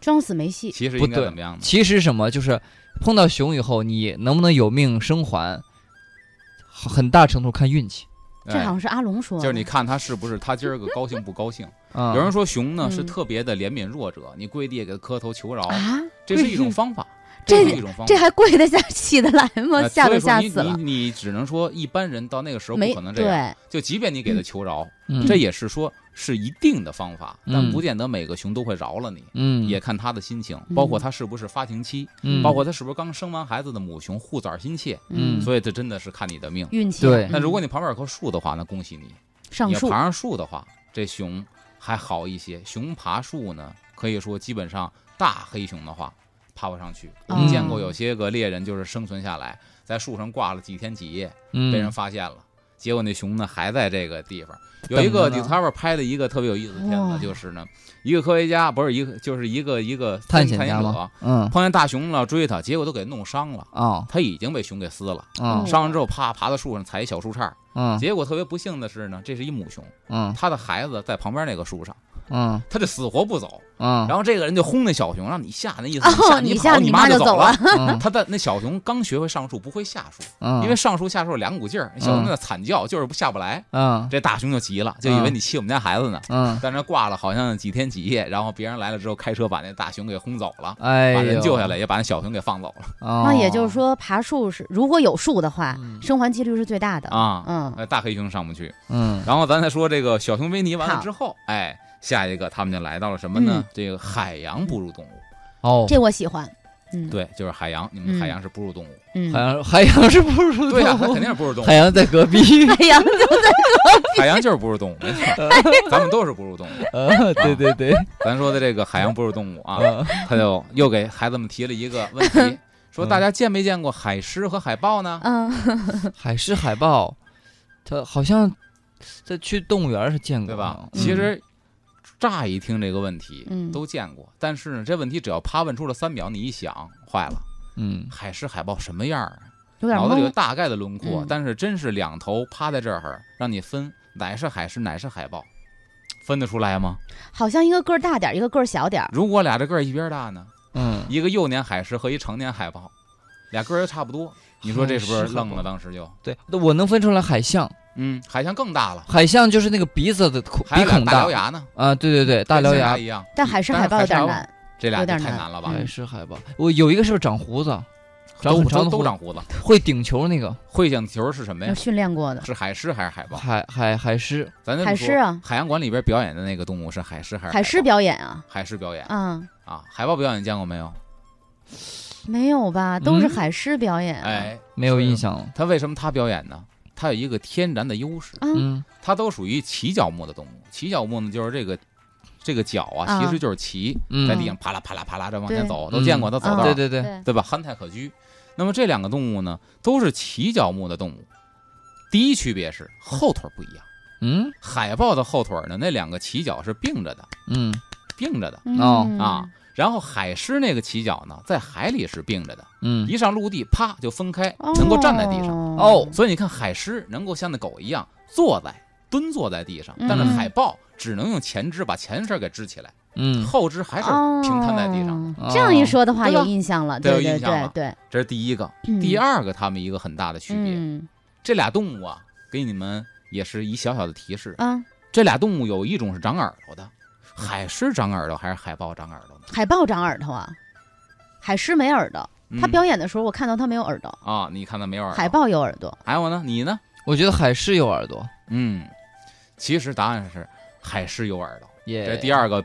Speaker 1: 装死没戏？
Speaker 3: 其实
Speaker 2: 不
Speaker 3: 应该
Speaker 2: 对
Speaker 3: 怎么样呢？
Speaker 2: 其实什么就是碰到熊以后，你能不能有命生还，很大程度看运气。
Speaker 1: 这好
Speaker 3: 哎
Speaker 1: 像是阿龙说的，
Speaker 3: 就是你看它是不是它今儿个高兴不高兴？
Speaker 2: 啊，
Speaker 3: 有人说熊呢是
Speaker 1: 嗯
Speaker 3: 特别的怜悯弱者，你跪地给它磕头求饶，
Speaker 1: 啊，
Speaker 3: 哦这是一种方法。
Speaker 1: 这
Speaker 3: 是一种方
Speaker 1: 这
Speaker 3: 法。
Speaker 1: 还跪得下起得来吗？
Speaker 3: 呃
Speaker 1: 吓
Speaker 3: 所
Speaker 1: 都
Speaker 3: 以说
Speaker 1: 吓
Speaker 3: 你
Speaker 1: 死了
Speaker 3: 你，你只能说一般人到那个时候
Speaker 1: 没
Speaker 3: 不可能这样。
Speaker 1: 对，
Speaker 3: 就即便你给他求饶，
Speaker 2: 嗯
Speaker 3: 这也是说是一定的方法，但
Speaker 2: 嗯
Speaker 3: 不见得每个熊都会饶了你。
Speaker 2: 嗯
Speaker 3: 也看他的心情，
Speaker 1: 嗯
Speaker 3: 包括他是不是发情期，
Speaker 2: 嗯
Speaker 3: 包括他是不是刚生完孩子的母熊护崽心切，
Speaker 2: 嗯
Speaker 3: 所以这真的是看你的命。
Speaker 1: 运气
Speaker 2: 对
Speaker 1: 嗯
Speaker 3: 那如果你旁边有棵树的话，那恭喜你；
Speaker 1: 上
Speaker 3: 你要
Speaker 1: 树
Speaker 3: 爬上树的话，这熊还好一些。熊爬树呢，可以说基本上大黑熊的话爬不上去。我们
Speaker 2: 嗯
Speaker 1: 哦
Speaker 3: 见过有些个猎人就是生存下来，在树上挂了几天几夜，
Speaker 2: 嗯
Speaker 3: 被人发现了。结果那熊呢还在这个地方。有一个
Speaker 2: 等着呢
Speaker 3: Discover 拍的一个特别有意思的片
Speaker 1: 哇
Speaker 3: 子，就是呢，一个科学家不是一个就是一个一个
Speaker 2: 探
Speaker 3: 险
Speaker 2: 险家吗
Speaker 3: 者？
Speaker 2: 嗯
Speaker 3: 碰见大熊了追他，结果都给弄伤了。
Speaker 2: 哦
Speaker 3: 他已经被熊给撕了，
Speaker 2: 哦
Speaker 3: 伤完之后啪爬到树上踩一小树杈儿，
Speaker 2: 嗯
Speaker 3: 结果特别不幸的是呢，这是一母熊，
Speaker 2: 嗯
Speaker 3: 它的孩子在旁边那个树上，
Speaker 2: 嗯
Speaker 3: 它就死活不走。
Speaker 2: 嗯，
Speaker 3: 然后这个人就轰那小熊，让你下，那意思
Speaker 1: 哦
Speaker 3: 你
Speaker 1: 你
Speaker 3: 下
Speaker 1: 下
Speaker 3: 你
Speaker 1: 你
Speaker 3: 跑
Speaker 1: 妈
Speaker 3: 你
Speaker 1: 就
Speaker 3: 妈走
Speaker 1: 走了。
Speaker 2: 嗯
Speaker 3: 他的那小熊刚学会上树，不会下树，
Speaker 2: 嗯
Speaker 3: 因为上树下树有两股劲儿。那小熊在那惨叫，就是不下不来。
Speaker 2: 嗯
Speaker 3: 这大熊就急了，就以为你气我们家孩子呢，
Speaker 2: 嗯，
Speaker 3: 在那挂了好像几天几夜。然后别人来了之后，开车把那大熊给轰走了，
Speaker 2: 哎，哦
Speaker 3: 把人救下来，，也把那小熊给放走了
Speaker 2: 那
Speaker 1: 那也
Speaker 3: 哦
Speaker 1: 就是，说，爬树是如果有树的话，
Speaker 2: 嗯
Speaker 1: 生还几率是最大的。
Speaker 3: 啊。
Speaker 1: 嗯，
Speaker 3: 那大黑熊上不去，
Speaker 2: 嗯
Speaker 3: 然后咱再说这个小熊维尼完了
Speaker 1: 好嗯
Speaker 3: 之后，哎，下一个他们就来到了什么呢？这个海洋哺乳动物，
Speaker 2: 哦，
Speaker 1: 这我喜欢。嗯，，
Speaker 3: 对，就是海洋，你们
Speaker 1: 嗯
Speaker 3: 海洋是哺乳 动物，
Speaker 1: 嗯
Speaker 2: 海，洋海洋是不是
Speaker 3: 对啊呀、它肯定是哺乳动物
Speaker 2: 海，洋在隔壁，
Speaker 1: 海洋就 在
Speaker 3: 海洋就是哺乳动物， 没错，咱们都是哺乳动物。
Speaker 2: 呃，对对对，
Speaker 3: 咱说的这个海洋哺乳动物啊，
Speaker 2: 嗯
Speaker 3: 他就又给孩子们提了一个 问题，说大家见没见过海狮和海豹呢？
Speaker 1: 嗯，
Speaker 2: 海狮海豹，它好像在去动物园是见过，
Speaker 3: 对吧？
Speaker 2: 嗯
Speaker 3: 其，实。乍一听这个问题，
Speaker 1: 嗯
Speaker 3: 都见过，但是呢，这问题只要啪问出了三秒，你一想，坏了，
Speaker 2: 嗯
Speaker 3: 海狮、海豹什么样儿啊？
Speaker 1: 有点
Speaker 3: 脑子里有
Speaker 1: 懵。
Speaker 3: 大概的轮廓，
Speaker 1: 嗯
Speaker 3: 但是真是两头趴在这儿，让你分哪是海狮，哪是海豹，分得出来吗？
Speaker 1: 好像一个个儿大点儿，一个个儿小点儿。
Speaker 3: 如果俩这个儿一边大呢，
Speaker 2: 嗯，
Speaker 3: 一个幼年海狮和一成年海豹，俩个儿又差不多，你说这是不是愣了？当时就，
Speaker 2: 对，我能分出来海象，
Speaker 3: 嗯，海象更大了，
Speaker 2: 海象就是那个鼻子的孔
Speaker 3: 还
Speaker 2: 鼻
Speaker 3: 有俩
Speaker 2: 孔
Speaker 3: 大
Speaker 2: 大
Speaker 3: 獠牙呢，
Speaker 2: 啊，对对对，大獠
Speaker 3: 跟象
Speaker 2: 牙哎
Speaker 3: 牙，一样，
Speaker 1: 但海狮、海豹有点难，
Speaker 3: 这俩
Speaker 1: 有
Speaker 3: 就
Speaker 1: 点
Speaker 3: 太
Speaker 1: 难
Speaker 3: 难了吧？
Speaker 2: 海狮海豹，我有一个是不是长胡子，啊长
Speaker 3: 都
Speaker 2: 很长
Speaker 3: 都
Speaker 2: 的
Speaker 3: 都
Speaker 2: 胡子，
Speaker 3: 长胡子，
Speaker 2: 会顶球那个
Speaker 3: 会响球是什么呀
Speaker 1: 要？训练过的。
Speaker 3: 是海狮还是海豹？
Speaker 2: 海海海狮，
Speaker 3: 咱这么
Speaker 1: 海
Speaker 3: 说
Speaker 1: 狮啊，
Speaker 3: 海洋馆里边表演的那个动物是海狮还是
Speaker 1: 海狮
Speaker 3: 狮
Speaker 1: 表演啊，
Speaker 3: 海狮表演
Speaker 1: 嗯，
Speaker 3: 啊？海豹表演你见过没有？
Speaker 1: 没有吧？都是
Speaker 2: 嗯
Speaker 1: 海狮表演啊。
Speaker 3: 哎，
Speaker 2: 没有
Speaker 3: 所以
Speaker 2: 印象了，
Speaker 3: 它为什么它表演呢？它有一个天然的优势，
Speaker 1: 啊，
Speaker 2: 嗯
Speaker 3: 它都属于鳍角目的动物。鳍角目呢，就是这个这个角啊，
Speaker 1: 啊
Speaker 3: 其实就是鳍，
Speaker 2: 嗯
Speaker 3: 在，地上啪啦啪啦啪啦这往前
Speaker 1: 对
Speaker 3: 走，
Speaker 2: 嗯
Speaker 3: 都见过它走道
Speaker 1: 啊
Speaker 3: 儿，
Speaker 2: 对对对，
Speaker 1: 对，
Speaker 3: 对吧？憨态可掬。那么这两个动物呢，都是鳍角目的动物。第一区别是后腿不一样，
Speaker 2: 嗯
Speaker 3: 海豹的后腿呢，那两个鳍角是并着的，
Speaker 2: 嗯
Speaker 3: 并着的。
Speaker 2: 哦
Speaker 1: 嗯
Speaker 3: 啊，然后海狮那个鳍角呢，在海里是并着的，
Speaker 2: 嗯，
Speaker 3: 一上陆地啪就分开，
Speaker 1: 哦
Speaker 3: 能够站在地上。
Speaker 2: 哦
Speaker 3: 所以你看，海狮能够像那狗一样坐在蹲坐在地上，
Speaker 1: 嗯
Speaker 3: 但是海豹只能用前肢把前身给支起来，
Speaker 2: 嗯，
Speaker 3: 后肢还是平摊在地上。
Speaker 1: 哦这样一说的话，
Speaker 3: 对吧
Speaker 1: 有印象了，
Speaker 3: 对
Speaker 1: 对
Speaker 3: 有
Speaker 1: 对
Speaker 3: 印象
Speaker 1: 对
Speaker 3: 了
Speaker 1: 对。
Speaker 3: 这是第一个，
Speaker 1: 嗯
Speaker 3: 第二个它们一个很大的区别，
Speaker 1: 嗯
Speaker 3: 这俩动物啊，给你们也是一小小的提示，
Speaker 1: 啊，
Speaker 3: 这俩动物有一种是长耳朵的。海狮长耳朵还是海豹长耳朵呢？
Speaker 1: 海豹长耳朵啊，海狮没耳朵。
Speaker 3: 嗯
Speaker 1: 它表演的时候，我看到它没有耳朵，
Speaker 3: 啊，你看到没有耳朵？
Speaker 1: 海豹有耳朵。
Speaker 3: 还有呢？你呢？
Speaker 2: 我觉得海狮有耳朵，
Speaker 3: 嗯，其实答案是海狮有耳朵，
Speaker 2: 也
Speaker 3: 这是第二个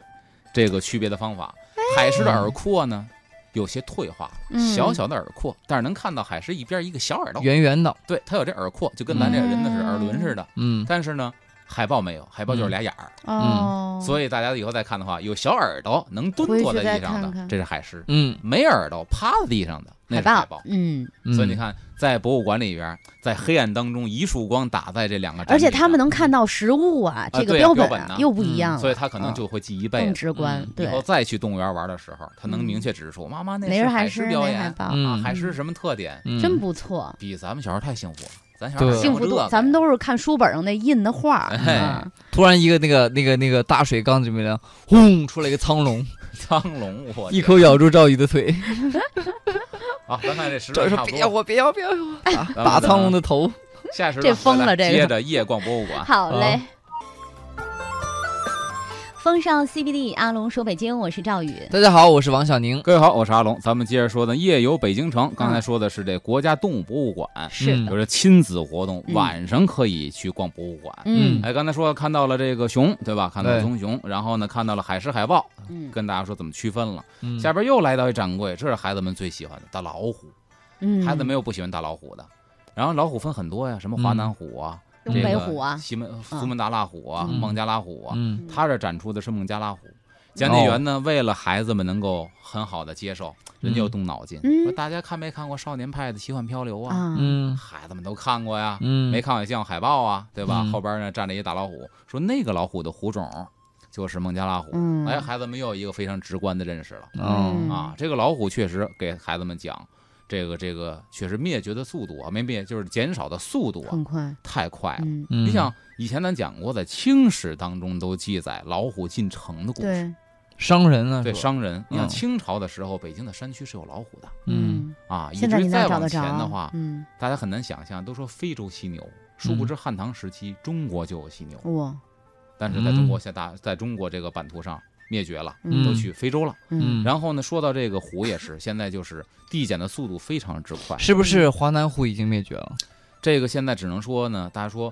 Speaker 3: 这个区别的方法。海狮的耳廓呢，有些退化了，
Speaker 1: 哎嗯
Speaker 3: 小小的耳廓，但是能看到海狮一边一个小耳朵，
Speaker 2: 圆圆的，
Speaker 3: 对，它有这耳廓，就跟咱这人的是耳轮似的。
Speaker 2: 嗯
Speaker 3: 但是呢，海豹没有，海豹就是俩眼儿，
Speaker 1: 哦，
Speaker 3: 嗯所
Speaker 1: 以
Speaker 3: 以大家以后再看的话，有小耳朵能蹲坐在
Speaker 1: 回去再
Speaker 3: 地上的，
Speaker 1: 看看
Speaker 3: 这是海狮；
Speaker 2: 嗯
Speaker 3: 没耳朵趴在地上的，那
Speaker 1: 海
Speaker 3: 是海豹
Speaker 1: 豹，。嗯，
Speaker 2: 嗯，
Speaker 3: 所以你看，在博物馆里边，在黑暗当中，一束光打在这两个，
Speaker 1: 而且他们。能看到实物啊，这个
Speaker 3: 对啊
Speaker 1: 本
Speaker 3: 标本呢
Speaker 1: 又不一样了，
Speaker 3: 所以他可能
Speaker 1: 嗯
Speaker 3: 就会记一辈
Speaker 1: 更
Speaker 3: 子。
Speaker 1: 直观
Speaker 2: 嗯。
Speaker 3: 以
Speaker 1: 对
Speaker 3: 后，再去动物园玩的时候，他能
Speaker 1: 嗯
Speaker 3: 明确指出，妈妈那
Speaker 1: 没人
Speaker 3: 是
Speaker 1: 还
Speaker 3: 海狮
Speaker 1: 是
Speaker 3: 表
Speaker 1: 没海
Speaker 3: 演
Speaker 1: 豹，
Speaker 2: 嗯
Speaker 3: 啊，海狮什么特点？
Speaker 2: 嗯
Speaker 1: 真不错，
Speaker 3: 比咱们小时候太幸福了，咱小时候
Speaker 2: 对
Speaker 3: 哪见
Speaker 1: 幸
Speaker 3: 过
Speaker 1: 福
Speaker 3: 这
Speaker 1: 度
Speaker 3: 个。
Speaker 1: 咱们都是看书本上那印的画儿。
Speaker 3: 哎
Speaker 1: 啊
Speaker 2: 突然一个那个那个那个大水缸里面的，轰出来一个苍龙，
Speaker 3: 苍龙，我
Speaker 2: 一口咬住赵宇的腿，
Speaker 3: 啊，咱看这 时
Speaker 2: 赵宇
Speaker 3: 间
Speaker 2: 说
Speaker 3: 差不
Speaker 2: 别咬
Speaker 3: 多，
Speaker 2: 我，别咬，别 咬我，打
Speaker 3: 咱们
Speaker 2: 打苍龙的头，
Speaker 3: 下时
Speaker 1: 这疯了这个
Speaker 3: 接着夜逛博物馆。
Speaker 1: 好嘞。风尚 CBD，阿龙说北京，我是赵宇。
Speaker 2: 大家好，我是王小宁。
Speaker 3: 各位好，我是阿龙，咱们接着说呢，夜游北京城。
Speaker 1: 嗯
Speaker 3: 刚才说的是这国家动物博物馆，
Speaker 1: 是
Speaker 2: 嗯
Speaker 1: 的，
Speaker 3: 有这亲子活动，
Speaker 1: 嗯
Speaker 3: 晚上可以去逛博物馆。
Speaker 1: 嗯
Speaker 3: 哎，刚才说看到了这个熊，对吧？看到了
Speaker 2: 对
Speaker 3: 棕熊，然后呢，看到了海狮、海豹，
Speaker 1: 嗯
Speaker 3: 跟大家说怎么区分了。
Speaker 2: 嗯
Speaker 3: 下边又来到一掌柜，这是孩子们最喜欢的大老虎，
Speaker 1: 嗯，
Speaker 3: 孩子没有不喜欢大老虎的。然后老虎分很多呀，什么华南虎啊、
Speaker 1: 东
Speaker 3: 这
Speaker 1: 北
Speaker 3: 个
Speaker 1: 虎啊，
Speaker 3: 西门、苏门答腊虎啊、
Speaker 1: 嗯
Speaker 3: 孟加拉虎啊。
Speaker 2: 嗯
Speaker 3: 他这展出的是孟加拉虎。讲解员呢，为了孩子们能够很好的接
Speaker 2: 哦
Speaker 3: 受，人家又动脑筋，
Speaker 1: 嗯
Speaker 3: 说大家看没看过少年派的奇幻漂流啊？
Speaker 1: 啊，
Speaker 2: 嗯
Speaker 3: 孩子们都看过呀，
Speaker 2: 嗯，
Speaker 3: 没看过也见过海报啊，对吧？
Speaker 2: 嗯
Speaker 3: 后边呢站着一大老虎，说那个老虎的虎种就是孟加拉虎。
Speaker 1: 嗯
Speaker 3: 哎，孩子们又有一个非常直观的认识了
Speaker 2: 哦
Speaker 1: 嗯
Speaker 3: 啊！这个老虎确实给孩子们讲，这个这个确实灭绝的速度啊，没灭就是减少的速度啊
Speaker 1: 很，快，
Speaker 3: 太快了。
Speaker 1: 嗯，
Speaker 2: 嗯
Speaker 3: 你想，以前咱讲过，在清史当中都记载老虎进城的故事，
Speaker 1: 对，
Speaker 2: 伤人啊，
Speaker 3: 对
Speaker 2: 是吧
Speaker 3: 商人。你想
Speaker 2: 嗯
Speaker 3: 清朝的时候，北京的山区是有老虎的
Speaker 2: 嗯，
Speaker 3: 啊，以
Speaker 1: 现在
Speaker 3: 至
Speaker 1: 你
Speaker 3: 于
Speaker 1: 哪
Speaker 3: 再
Speaker 1: 找
Speaker 3: 往
Speaker 1: 得着
Speaker 3: 前
Speaker 1: 啊？
Speaker 3: 的话，
Speaker 1: 嗯，
Speaker 3: 大家很难想象，都说非洲犀牛，殊不知汉唐时期中国就有犀牛，
Speaker 1: 哇，
Speaker 3: 但是在中国现大在中国这个版图上灭绝了，都
Speaker 1: 嗯
Speaker 3: 去非洲了。
Speaker 1: 嗯
Speaker 2: 嗯
Speaker 3: 然后呢，说到这个虎 也是，现在就是递减的速度非常之快，
Speaker 2: 是不是华南虎已经灭绝了？
Speaker 3: 这个现在只能说呢，大家说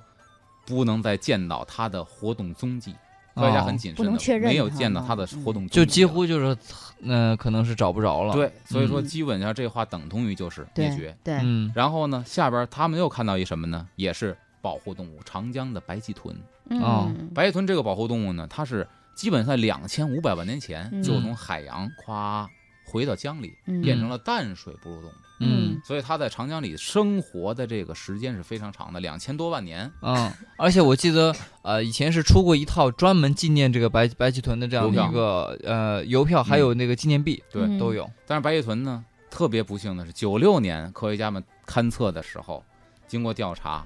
Speaker 3: 不能再见到它的活动踪迹。
Speaker 2: 哦
Speaker 3: 科学家很谨
Speaker 1: 不
Speaker 3: 慎
Speaker 1: 能确
Speaker 3: 的，
Speaker 1: 认
Speaker 3: 没有
Speaker 1: 它
Speaker 3: 见到
Speaker 1: 嘛
Speaker 3: 它的
Speaker 1: 嗯
Speaker 3: 活动踪迹
Speaker 2: 就
Speaker 3: 了，
Speaker 2: 几乎就是，呃，可能是找不着了。，
Speaker 3: 对，所以说
Speaker 1: 嗯
Speaker 3: 基本上这话等同于就是灭
Speaker 1: 对
Speaker 3: 绝。
Speaker 1: 对，
Speaker 2: 嗯
Speaker 3: 然后呢，下边他们又看到一什么呢？也是保护动物，长江的白鳍豚。
Speaker 2: 哦
Speaker 1: 嗯，
Speaker 3: 白鳍豚这个保护动物呢，它是基本在两千五百万年前
Speaker 1: 嗯
Speaker 3: 就从海洋夸回到江里，
Speaker 1: 嗯
Speaker 3: 变成了淡水哺乳动物。
Speaker 2: 嗯
Speaker 3: 所以它在长江里生活的这个时间是非常长的，两千多万年。
Speaker 2: 嗯，而且我记得，呃，以前是出过一套专门纪念这个白白鳍豚的这样的
Speaker 3: 邮票
Speaker 2: 一个呃邮票，还有那个纪念币
Speaker 3: 对
Speaker 1: 嗯
Speaker 2: 都有。
Speaker 3: 但是白鳍豚呢，特别不幸的是，九六年科学家们勘测的时候，经过调查，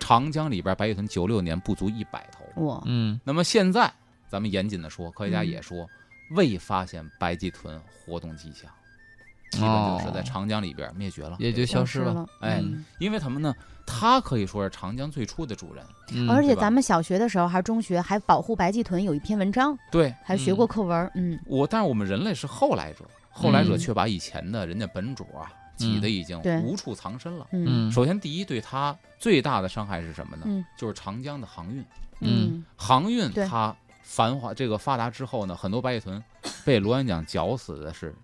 Speaker 3: 长江里边白鳍豚九六年不足一百头。
Speaker 1: 哇，
Speaker 2: 嗯
Speaker 3: 那么现在，咱们严谨的说，科学家也说，未发现白鳍豚活动迹象，基本就是在
Speaker 2: 哦
Speaker 3: 长江里边灭绝了，
Speaker 2: 也就消
Speaker 1: 消
Speaker 2: 失了
Speaker 1: 了，
Speaker 3: 哎
Speaker 1: 嗯
Speaker 3: 因为什么呢？它可以说是长江最初的主人。
Speaker 2: 嗯
Speaker 1: 而且
Speaker 3: 对吧
Speaker 1: 咱们小学的时候还是中学还保护白鳍豚有一篇文章，
Speaker 3: 对
Speaker 1: 还学过课文儿，嗯
Speaker 3: 我，但是我们人类是后来者，后来者
Speaker 1: 嗯
Speaker 3: 却把以前的人家本主啊挤得已经
Speaker 1: 对
Speaker 3: 无处藏身了。
Speaker 1: 嗯
Speaker 2: 嗯，
Speaker 3: 首先，第一，对它最大的伤害是什么呢？
Speaker 1: 嗯
Speaker 3: 就是长江的航运，
Speaker 2: 嗯
Speaker 3: 航运
Speaker 1: 对
Speaker 3: 它繁华这个发达之后呢，很多白鳍豚被螺旋桨绞死的是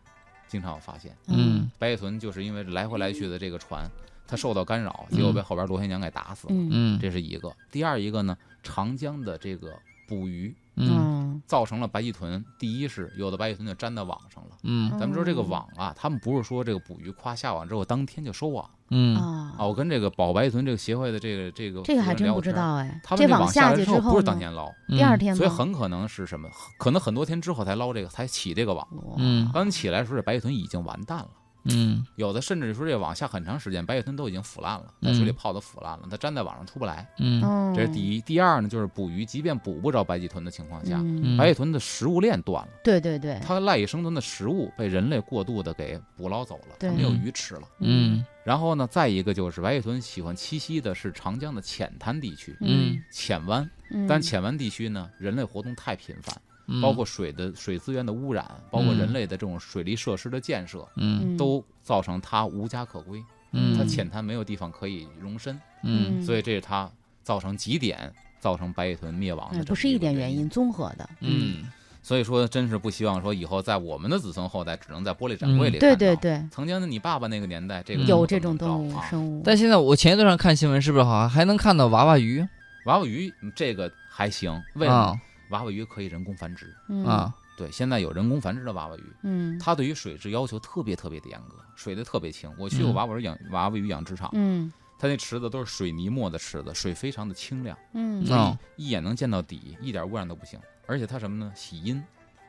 Speaker 3: 经常有发现。
Speaker 2: 嗯
Speaker 3: 白鳍豚就是因为来回来去的这个船，它受到干扰，结果被后边螺旋桨给打死了。
Speaker 1: 嗯
Speaker 2: 嗯
Speaker 3: 这是一个。第二一个呢，长江的这个捕鱼
Speaker 2: 嗯
Speaker 1: 嗯
Speaker 3: 造成了白鳍豚，第一是有的白鳍豚就粘到网上了。
Speaker 2: 嗯
Speaker 3: 咱们说
Speaker 1: 哦
Speaker 3: 这个网啊，他们不是说这个捕鱼夸下网之后当天就收网
Speaker 2: 嗯
Speaker 3: 啊。
Speaker 1: 啊，
Speaker 3: 我跟这个保白鳍豚这个协会的这个这个
Speaker 1: 这个还
Speaker 3: 负责人
Speaker 1: 真
Speaker 3: 聊
Speaker 1: 不
Speaker 3: 过
Speaker 1: 知
Speaker 3: 天儿。
Speaker 1: 道哎
Speaker 3: 他，们
Speaker 1: 这
Speaker 3: 这
Speaker 1: 网
Speaker 3: 网
Speaker 1: 下
Speaker 3: 来
Speaker 1: 去
Speaker 3: 之
Speaker 1: 之后
Speaker 3: 不是
Speaker 1: 呢
Speaker 3: 当天捞，
Speaker 1: 第二天吗，
Speaker 3: 所以很可能是什么？可能很多天之后才捞这个，才起这个网。
Speaker 1: 哇
Speaker 2: 嗯
Speaker 3: 刚起来的时候，这白鳍豚已经完蛋了。
Speaker 2: 嗯
Speaker 3: 有的甚至说这网下很长时间，白叶豚都已经腐烂了，在水里
Speaker 2: 嗯
Speaker 3: 泡的腐烂了，它粘在网上出不来。
Speaker 2: 嗯
Speaker 1: 哦，
Speaker 3: 这是第一。第二呢，就是捕鱼，即便捕不着白鳍豚的情况下，
Speaker 1: 嗯，
Speaker 2: 嗯，
Speaker 3: 白鳍豚的食物链断了，
Speaker 1: 对对对，
Speaker 3: 它赖以生存的食物被人类过度的给捕捞走了，它
Speaker 1: 对
Speaker 3: 没有鱼吃了。
Speaker 2: 嗯
Speaker 3: 然后呢，再一个就是白鳍豚喜欢栖息的是长江的浅滩地区、
Speaker 1: 嗯
Speaker 2: 嗯
Speaker 3: 浅湾，
Speaker 1: 嗯，
Speaker 3: 但浅湾地区呢，人类活动太频繁，
Speaker 2: 嗯
Speaker 3: 包括水的水资源的污染，包括
Speaker 2: 嗯
Speaker 3: 人类的这种水利设施的建设，
Speaker 2: 嗯
Speaker 1: 嗯
Speaker 3: 都造成它无家可归。
Speaker 2: 嗯
Speaker 3: 它
Speaker 1: 嗯
Speaker 3: 浅滩没有地方可以容身，
Speaker 2: 嗯
Speaker 3: 所以这是它造成极点，造成白叶豚灭亡的、
Speaker 1: 哎不是一点原。因，综合的，
Speaker 2: 嗯
Speaker 3: 所以说，真是不希望说以后在我们的子孙后代只能在玻璃展柜里、
Speaker 1: 对嗯对。对，
Speaker 3: 曾经的你爸爸那个年代，这个
Speaker 1: 有
Speaker 3: 动物
Speaker 1: 这
Speaker 3: 怎么
Speaker 1: 种动
Speaker 3: 着
Speaker 1: 物
Speaker 3: 啊
Speaker 1: 生物，
Speaker 2: 但现在我前一段上看新闻，是不是好像还能看到娃娃鱼
Speaker 3: 娃娃鱼嗯这个还行，为什么？
Speaker 2: 啊
Speaker 3: 娃娃鱼可以人工繁殖。
Speaker 1: 嗯
Speaker 2: 啊？
Speaker 3: 对，现在有人工繁殖的娃娃鱼，
Speaker 1: 嗯
Speaker 3: 它对于水质要求特别特别的严格，水的特别清。我去过
Speaker 2: 嗯
Speaker 3: 娃娃鱼养娃娃鱼养殖场，
Speaker 1: 嗯
Speaker 3: 它那池子都是水泥磨的池子，水非常的清亮。
Speaker 1: 嗯
Speaker 2: 那
Speaker 3: 所以一眼能见到底，一点污染都不行。而且它什么呢？喜阴，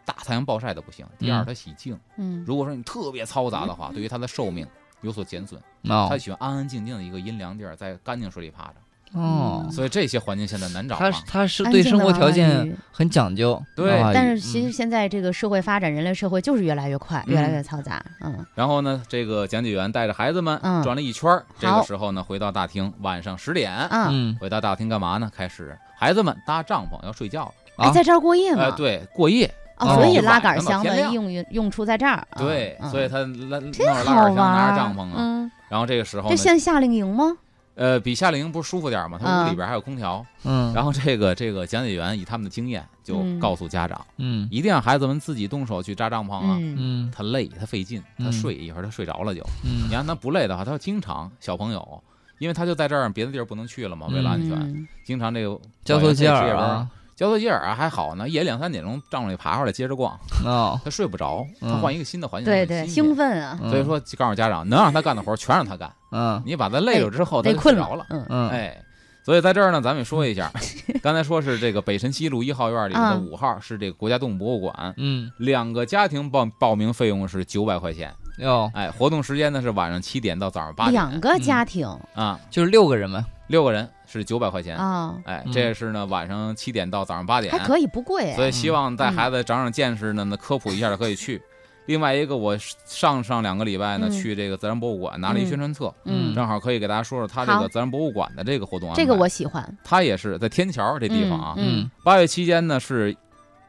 Speaker 3: 大太阳暴晒都不行。第二，
Speaker 2: 嗯
Speaker 3: 它喜静。
Speaker 1: 嗯
Speaker 3: 如果说你特别嘈杂的话，对于它的寿命有所减损。它
Speaker 2: 哦
Speaker 3: 喜欢安安静静的一个阴凉地儿，在干净水里趴着。
Speaker 2: 哦，
Speaker 3: 所以这些环境现在难找啊
Speaker 2: 他
Speaker 3: 嗯嘛
Speaker 2: 是。他是
Speaker 1: 安
Speaker 2: 对
Speaker 1: 静
Speaker 2: 生
Speaker 1: 的
Speaker 2: 活
Speaker 1: 娃
Speaker 2: 条
Speaker 1: 娃
Speaker 2: 件
Speaker 1: 鱼
Speaker 2: 很讲究，
Speaker 3: 对
Speaker 2: 娃娃
Speaker 1: 但
Speaker 2: 鱼嗯
Speaker 1: 是其实现在这个社会发展，人类社会就是越来越快，越来
Speaker 3: 嗯
Speaker 1: 越嘈杂。嗯
Speaker 3: 然后呢，这个讲解员带着孩子们
Speaker 1: 嗯
Speaker 3: 转了一圈儿。这个
Speaker 1: 好
Speaker 3: 时候呢，回到大厅，晚上十点，
Speaker 1: 啊，
Speaker 2: 嗯
Speaker 3: 回到大厅干嘛呢？开始孩子们搭帐篷要睡觉了。
Speaker 1: 哎，
Speaker 2: 啊
Speaker 1: 在这儿过夜
Speaker 3: 呃
Speaker 1: 嘛，，
Speaker 3: 对，过夜，
Speaker 1: 哦，所以
Speaker 3: 哦
Speaker 1: 拉杆箱
Speaker 3: 晚上到天
Speaker 1: 的
Speaker 3: 亮
Speaker 1: 用于用处在这儿，啊
Speaker 3: 对，
Speaker 1: 嗯
Speaker 3: 所以他拉弄
Speaker 1: 真
Speaker 3: 着拉
Speaker 1: 好
Speaker 3: 杆箱，
Speaker 1: 玩儿，
Speaker 3: 拿着帐篷啊，
Speaker 1: 嗯，
Speaker 3: 然后这个时候
Speaker 1: 这
Speaker 3: 呢，
Speaker 1: 像夏令营吗？
Speaker 3: 呃，比夏令营不是舒服点儿吗？他
Speaker 1: 嗯
Speaker 3: 屋里边还有空调，
Speaker 2: 嗯，
Speaker 3: 然后这个这个讲解员以他们的经验就
Speaker 1: 嗯
Speaker 3: 告诉家长，
Speaker 2: 嗯
Speaker 3: 一定让孩子们自己动手去扎帐篷啊。
Speaker 1: 嗯，
Speaker 2: 嗯
Speaker 3: 他累，他费劲，他
Speaker 2: 嗯
Speaker 3: 睡一会儿，他睡着了就。你
Speaker 2: 嗯，
Speaker 3: 让他不累的话，他经常小朋友，因为他就在这儿，别的地儿不能去了嘛，为了安全，
Speaker 1: 嗯
Speaker 3: 经常这个
Speaker 2: 交头接耳啊，
Speaker 3: 晚上他也值夜班，交头接耳啊还好呢，夜里两三点钟帐篷里爬出来接着逛，
Speaker 2: 哦，
Speaker 3: 他睡不着，
Speaker 2: 嗯
Speaker 3: 他换一个新的环境，
Speaker 1: 对
Speaker 3: 他很
Speaker 1: 对，
Speaker 3: 嗯新鲜
Speaker 1: 兴。奋啊，
Speaker 2: 嗯
Speaker 3: 所以，说，就告诉家长，能让他干的活儿全让他干，
Speaker 2: 嗯
Speaker 3: 你把他累着之后，哦他
Speaker 1: 累
Speaker 3: 就睡
Speaker 1: 困
Speaker 3: 着了。
Speaker 1: 嗯，
Speaker 2: 嗯，
Speaker 3: 哎，所以在这儿呢，咱们也说 一下，刚才说是这个北辰西路一号院里面的
Speaker 1: 嗯
Speaker 3: 五号是这个国家动物博物馆，
Speaker 2: 嗯，
Speaker 3: 两个家庭报报名费用是九百块钱，
Speaker 2: 哟，
Speaker 3: 哎，活动时间呢是晚上七点到早上八点，嗯
Speaker 1: 两个家庭
Speaker 3: 啊，
Speaker 2: 就是六个人嘛，
Speaker 3: 六个人是九百块钱，
Speaker 1: 啊，
Speaker 3: 哎，
Speaker 2: 嗯
Speaker 3: 这是呢晚上七点到早上八点，
Speaker 1: 还可以不贵，
Speaker 3: 所以希望带孩子长长见识呢，那科普一下就可以去。另外一个，我上上两个礼拜呢，
Speaker 1: 嗯
Speaker 3: 去这个自然博物馆拿了一宣传册，
Speaker 1: 嗯，
Speaker 3: 正好可以给大家说说他这
Speaker 1: 好
Speaker 3: 个自然博物馆的这个活动安排。
Speaker 1: 这个我喜欢，
Speaker 3: 他也是在天桥这地方啊，
Speaker 1: 嗯
Speaker 3: 八月期间呢是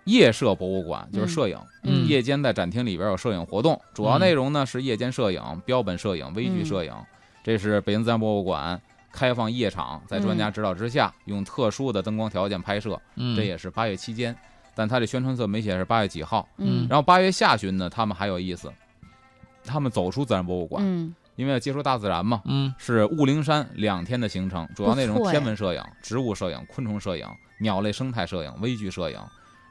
Speaker 3: 夜摄博物馆，就是摄影，
Speaker 2: 嗯
Speaker 3: 夜间在展厅里边有摄影活动，主要内容呢是夜间摄影、标本摄影、微
Speaker 2: 嗯
Speaker 3: 距摄影。这是北京自然博物馆开放夜场，在专家指导之下，用特殊的灯光条件拍摄，
Speaker 2: 嗯，
Speaker 3: 这也是八月期间。但他这宣传册没写是八月几号。
Speaker 1: 嗯
Speaker 3: 然后八月下旬呢，他们还有意思，他们走出自然博物馆，
Speaker 1: 嗯，
Speaker 3: 因为要接触大自然嘛。
Speaker 2: 嗯
Speaker 3: 是雾灵山两天的行程，主要内容
Speaker 1: 不错哎
Speaker 3: 天文摄影、植物摄影、昆虫摄影、鸟类生态摄影、微距摄影。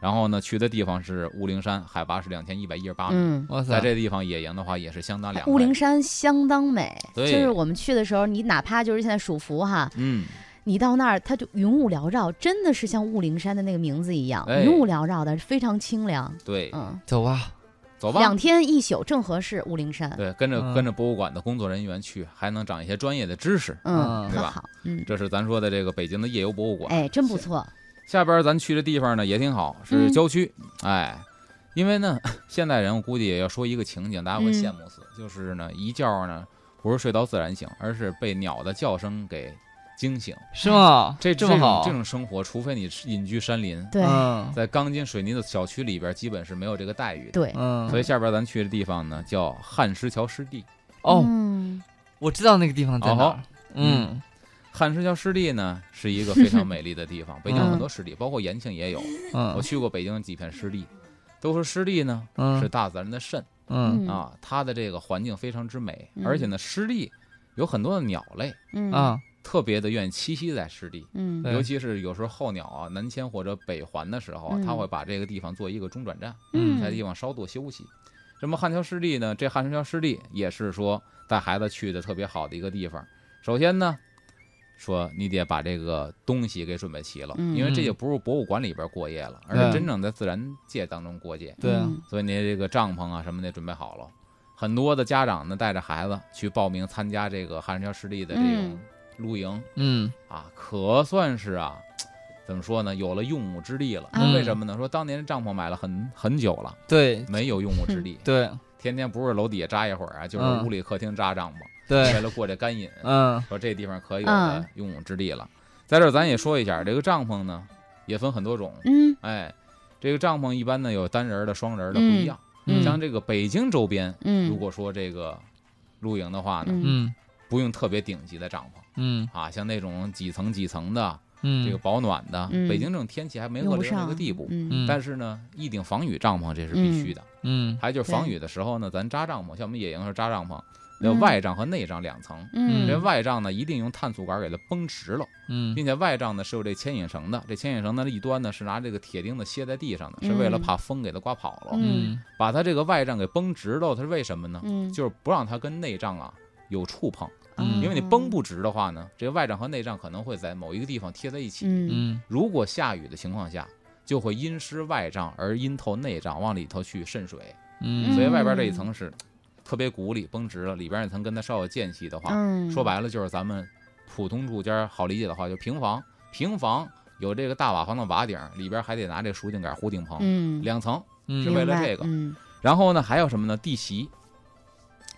Speaker 3: 然后呢，去的地方是雾灵山，海拔是两千一百一十八米。
Speaker 1: 嗯，啊
Speaker 2: 哇塞，
Speaker 3: 在这地方野营的话，也是相当凉快。
Speaker 1: 雾灵，山相当美，就
Speaker 3: 对
Speaker 1: 是我们去的时候，你哪怕就是现在暑伏哈，
Speaker 3: 嗯，
Speaker 1: 你到那儿它就云雾缭绕，真的是像雾灵山的那个名字一样，
Speaker 3: 哎
Speaker 1: 云雾缭绕的，非常清凉。
Speaker 3: 对，
Speaker 1: 嗯，
Speaker 2: 走吧，
Speaker 3: 走吧
Speaker 1: 两。天一宿正合适，雾灵山，
Speaker 3: 对，跟着
Speaker 2: 嗯
Speaker 3: 跟着博物馆的工作人员去，还能长一些专业的知识。
Speaker 1: 嗯，
Speaker 2: 嗯
Speaker 1: 特
Speaker 3: 对吧
Speaker 1: 好，嗯，
Speaker 3: 这是咱说的这个北京的夜游博物馆。
Speaker 1: 哎，真不错，
Speaker 3: 下边咱去的地方呢也挺好，是
Speaker 1: 嗯
Speaker 3: 郊区。哎，因为呢，现代人我估计要说一个情景，大家会
Speaker 1: 嗯
Speaker 3: 羡慕死，就是呢，一觉呢不是睡到自然醒，而是被鸟的叫声给惊醒。
Speaker 2: 是吗？
Speaker 3: 这
Speaker 2: 这么
Speaker 3: 种
Speaker 2: 好
Speaker 3: 这，种生活，除非你是隐居山林，
Speaker 1: 对
Speaker 2: 嗯
Speaker 3: 在钢筋水泥的小区里边，基本是没有这个待遇的。
Speaker 1: 对，
Speaker 2: 嗯，
Speaker 3: 所以下边咱去的地方呢，叫汉石桥湿地。
Speaker 2: 哦，
Speaker 1: 嗯
Speaker 2: 我知道那个地方在哪
Speaker 3: 哦
Speaker 2: 儿，嗯
Speaker 3: 汉石桥湿地呢，是一个非常美丽的地方。北
Speaker 1: 嗯
Speaker 3: 京有很多湿地，包括延庆也有。我
Speaker 2: 嗯
Speaker 3: 去过北京几片湿地，都说湿地呢
Speaker 2: 嗯
Speaker 3: 是大自然的肾。
Speaker 2: 嗯
Speaker 1: 嗯
Speaker 3: 啊，它的这个环境非常之美，
Speaker 1: 嗯
Speaker 3: 而且呢，湿地有很多的鸟类
Speaker 1: 嗯
Speaker 2: 啊
Speaker 3: 特别的愿意栖息在湿地，
Speaker 1: 嗯
Speaker 2: 对
Speaker 3: 尤其是有时候候鸟啊南迁或者北还的时候啊，它
Speaker 1: 嗯
Speaker 3: 会把这个地方做一个中转站，
Speaker 1: 嗯
Speaker 3: 在地方稍作休息。那么汉桥湿地呢，这汉桥湿地也是说带孩子去的特别好的一个地方。首先呢。说你得把这个东西给准备齐了，
Speaker 1: 嗯
Speaker 3: 因为这就不是博物馆里边过夜了，而
Speaker 2: 对
Speaker 3: 是真正在自然界当中过夜。
Speaker 2: 对啊
Speaker 1: 嗯
Speaker 3: 所以你这个帐篷啊什么的准备好了。很多的家长呢带着孩子去报名参加这个汉桥湿地的这种
Speaker 1: 嗯
Speaker 3: 露营、
Speaker 2: 嗯
Speaker 3: 啊，可算是啊，怎么说呢，有了用武之地了。
Speaker 1: 嗯
Speaker 3: 为什么呢？说当年帐篷买了很很久了，
Speaker 2: 对
Speaker 3: 没有用武之地，
Speaker 1: 嗯
Speaker 2: 对
Speaker 3: 天天不是楼底下扎一会儿啊，就是
Speaker 2: 嗯
Speaker 3: 屋里客厅扎帐篷，为
Speaker 2: 对，
Speaker 3: 了过这干瘾。
Speaker 2: 嗯
Speaker 3: 说这地方可有
Speaker 1: 嗯
Speaker 3: 的用武之地了。在这儿咱也说一下，这个帐篷呢也分很多种，
Speaker 1: 嗯
Speaker 3: 哎，这个帐篷一般呢有单人儿的、双人儿的不一样。
Speaker 1: 嗯
Speaker 3: 像这个北京周边，如
Speaker 1: 嗯
Speaker 3: 果说这个露营的话呢，
Speaker 1: 嗯
Speaker 2: 嗯
Speaker 3: 不用特别顶级的帐篷
Speaker 2: 嗯
Speaker 3: 啊，像那种几层几层的，
Speaker 2: 嗯，
Speaker 3: 这个保暖的，
Speaker 1: 嗯
Speaker 3: 北京这种天气还没
Speaker 1: 用
Speaker 3: 恶
Speaker 1: 不
Speaker 3: 劣到那
Speaker 1: 上
Speaker 3: 个地步。
Speaker 1: 嗯
Speaker 2: 嗯，
Speaker 3: 但是呢，一顶防雨帐篷这是必须的。
Speaker 2: 嗯
Speaker 3: 还有就是防雨的时候呢，咱扎帐篷，像我们野营的时候扎帐篷，那外帐和内帐两层。
Speaker 1: 嗯
Speaker 3: 这外帐呢，一定用碳素杆给它绷直了，
Speaker 2: 嗯
Speaker 3: 并且外帐呢是有这牵引绳的，这牵引绳的一端呢是拿这个铁钉子楔在地上的，是为了
Speaker 1: 嗯
Speaker 3: 怕风给它刮跑了。
Speaker 2: 嗯
Speaker 3: 把它这个外帐给绷直了，它是为什么呢？
Speaker 1: 嗯，
Speaker 3: 就是不让它跟内脏啊有触碰，
Speaker 2: 嗯
Speaker 3: 因为你绷不直的话呢，这个外脏和内脏可能会在某一个地方贴在一起。
Speaker 1: 嗯
Speaker 2: 嗯
Speaker 3: 如果下雨的情况下，就会因湿外脏而阴透内脏，往里头去渗水，
Speaker 2: 嗯，
Speaker 3: 所以外边这一层是特别鼓里绷直了，里边那层跟它稍有间隙的话，
Speaker 1: 嗯，
Speaker 3: 说白了就是咱们普通住家好理解的话，就平房，平房有这个大瓦房的瓦顶，里边还得拿这输顶杆糊顶棚，
Speaker 1: 嗯，
Speaker 3: 啊两层。
Speaker 2: 嗯
Speaker 3: 是为了
Speaker 1: 明白
Speaker 3: 这个
Speaker 1: 嗯
Speaker 3: 然后呢，还有什么呢？地席，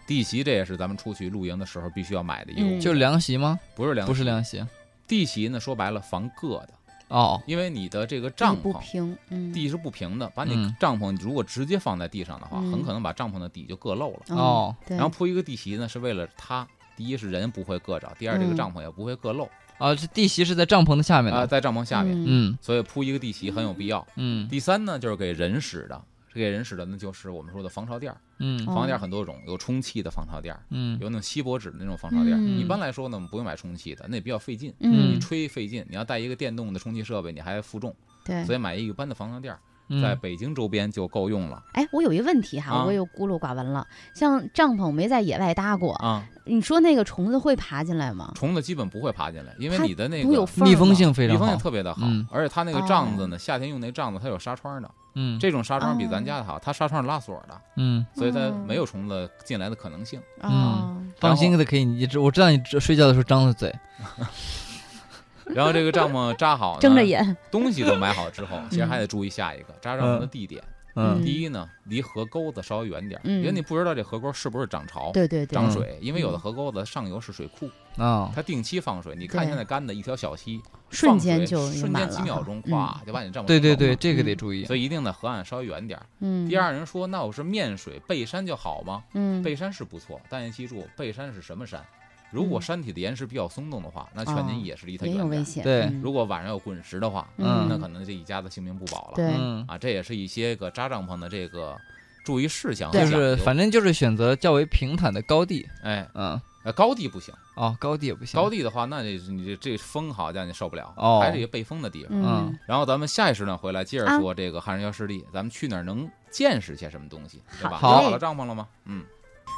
Speaker 3: 地席这也是咱们出去露营的时候必须要买的一个物
Speaker 1: 嗯
Speaker 3: 件，
Speaker 2: 就凉席吗？
Speaker 3: 不是凉，
Speaker 2: 不是。凉席，
Speaker 3: 地席呢，说白了防硌的，
Speaker 2: 哦，
Speaker 3: 因为你的这个帐
Speaker 1: 地不
Speaker 3: 篷
Speaker 1: 平，嗯，
Speaker 3: 地是不平的，把你
Speaker 2: 嗯
Speaker 3: 帐篷如果直接放在地上的话，
Speaker 1: 嗯
Speaker 3: 很可能把帐篷的底就硌漏了。
Speaker 2: 哦，
Speaker 1: 对，
Speaker 3: 然后铺一个地席呢，是为了它，第一是人不会硌着，第二这个
Speaker 1: 嗯
Speaker 3: 帐篷也不会硌漏啊、
Speaker 2: 啊，这地席是在帐篷的下面的。
Speaker 3: 在帐篷下面，
Speaker 1: 嗯
Speaker 2: 嗯
Speaker 3: 所以铺一个地席很有必要。
Speaker 2: 嗯
Speaker 3: 第三呢，就是给人使的，给人使的那就是我们说的防潮垫儿。
Speaker 2: 嗯
Speaker 1: 哦
Speaker 3: 防潮垫儿很多种，有充气的防潮垫儿，
Speaker 2: 嗯
Speaker 3: 有那种锡箔纸的那种防潮垫儿。
Speaker 1: 嗯
Speaker 3: 一般来说呢，我们不用买充气的，那也比较费劲，
Speaker 1: 嗯
Speaker 3: 你，吹费劲。你要带一个电动的充气设备，你还负重，
Speaker 1: 对，
Speaker 3: 所以买一个一般的防潮垫儿，
Speaker 2: 嗯，
Speaker 3: 在北京周边就够用了
Speaker 1: 哎，我有一个问题哈，
Speaker 3: 啊
Speaker 1: 我又孤陋寡闻了。像帐篷没在野外搭过，
Speaker 3: 啊。
Speaker 1: 你说那个虫子会爬进来吗？
Speaker 3: 虫子基本不会爬进来，因为
Speaker 1: 它
Speaker 3: 你的那
Speaker 1: 不有
Speaker 3: 个
Speaker 1: 缝儿
Speaker 2: 密
Speaker 1: 吗
Speaker 2: 封性非
Speaker 3: 密
Speaker 2: 常
Speaker 3: 封性
Speaker 2: 好。
Speaker 3: 特别的好
Speaker 2: 嗯，
Speaker 3: 而且它那个帐子呢，夏天用那帐子它有纱窗的，
Speaker 2: 嗯
Speaker 3: 这种纱窗比咱
Speaker 1: 哦
Speaker 3: 家的好，它纱窗是拉锁的，
Speaker 2: 嗯，
Speaker 3: 所以它
Speaker 1: 嗯
Speaker 3: 没有虫子进来的可能性。
Speaker 1: 哦，
Speaker 3: 嗯
Speaker 2: 放心的可以，你知我知道你这睡觉的时候张着嘴。
Speaker 3: 然后这个帐篷扎好，
Speaker 1: 睁着，眼，
Speaker 3: 东西都买好之后，其实还得注意下一个扎帐篷的地点。
Speaker 1: 嗯
Speaker 3: 第一呢，离河沟子稍微远点儿，
Speaker 1: 嗯
Speaker 3: 因为你不知道这河沟是不是涨潮、
Speaker 1: 对对对，
Speaker 3: 涨
Speaker 2: 嗯
Speaker 3: 水，因为有的河沟子上游是水库，
Speaker 2: 啊，
Speaker 3: 它定期放水。你看
Speaker 1: 对
Speaker 3: 现在干的一条小溪，
Speaker 1: 嗯瞬
Speaker 3: 放
Speaker 1: 间
Speaker 3: 水
Speaker 1: 就
Speaker 3: 瞬
Speaker 1: 满
Speaker 3: 间
Speaker 1: 了
Speaker 3: 几
Speaker 1: 哈嗯
Speaker 3: 秒钟，咵就把你帐篷
Speaker 2: 对对
Speaker 3: 冲
Speaker 2: 对，
Speaker 3: 走
Speaker 2: 这个得注意
Speaker 3: 了。。嗯所以一定在河岸稍微远点儿。
Speaker 1: 嗯，
Speaker 3: 第，二人说，那我是面水背山就好吗？
Speaker 1: 嗯，
Speaker 3: 背山是不错，但要记住背山是什么山。如果
Speaker 1: 嗯
Speaker 3: 山体的岩石比较松动的话，那劝
Speaker 1: 哦
Speaker 3: 您也是离它
Speaker 1: 也有
Speaker 3: 远点
Speaker 1: 危
Speaker 3: 儿。
Speaker 1: 险，
Speaker 2: 对
Speaker 1: 嗯
Speaker 3: 如果晚上有滚石的话，
Speaker 2: 嗯
Speaker 3: 那可能这一家子性命不保了。
Speaker 1: 对
Speaker 2: 嗯，
Speaker 3: 啊，这也是一些个扎帐篷的这个注意事项和
Speaker 2: 就
Speaker 3: 讲究。
Speaker 2: 是反正就是选择较为平坦的高地。
Speaker 3: 哎，
Speaker 2: 嗯，
Speaker 3: 呃高地不行，
Speaker 2: 哦，高地也不行。
Speaker 3: 高地的话，那这你这这风好家伙你受不了，
Speaker 2: 哦
Speaker 3: 还是一个背风的地方。
Speaker 1: 嗯，
Speaker 3: 然后咱们下一时段回来接着
Speaker 1: 啊
Speaker 3: 说这个汉人妖势力，咱们去哪儿能见识些什么东西，对吧？
Speaker 2: 好
Speaker 3: 找好了帐篷了吗？嗯，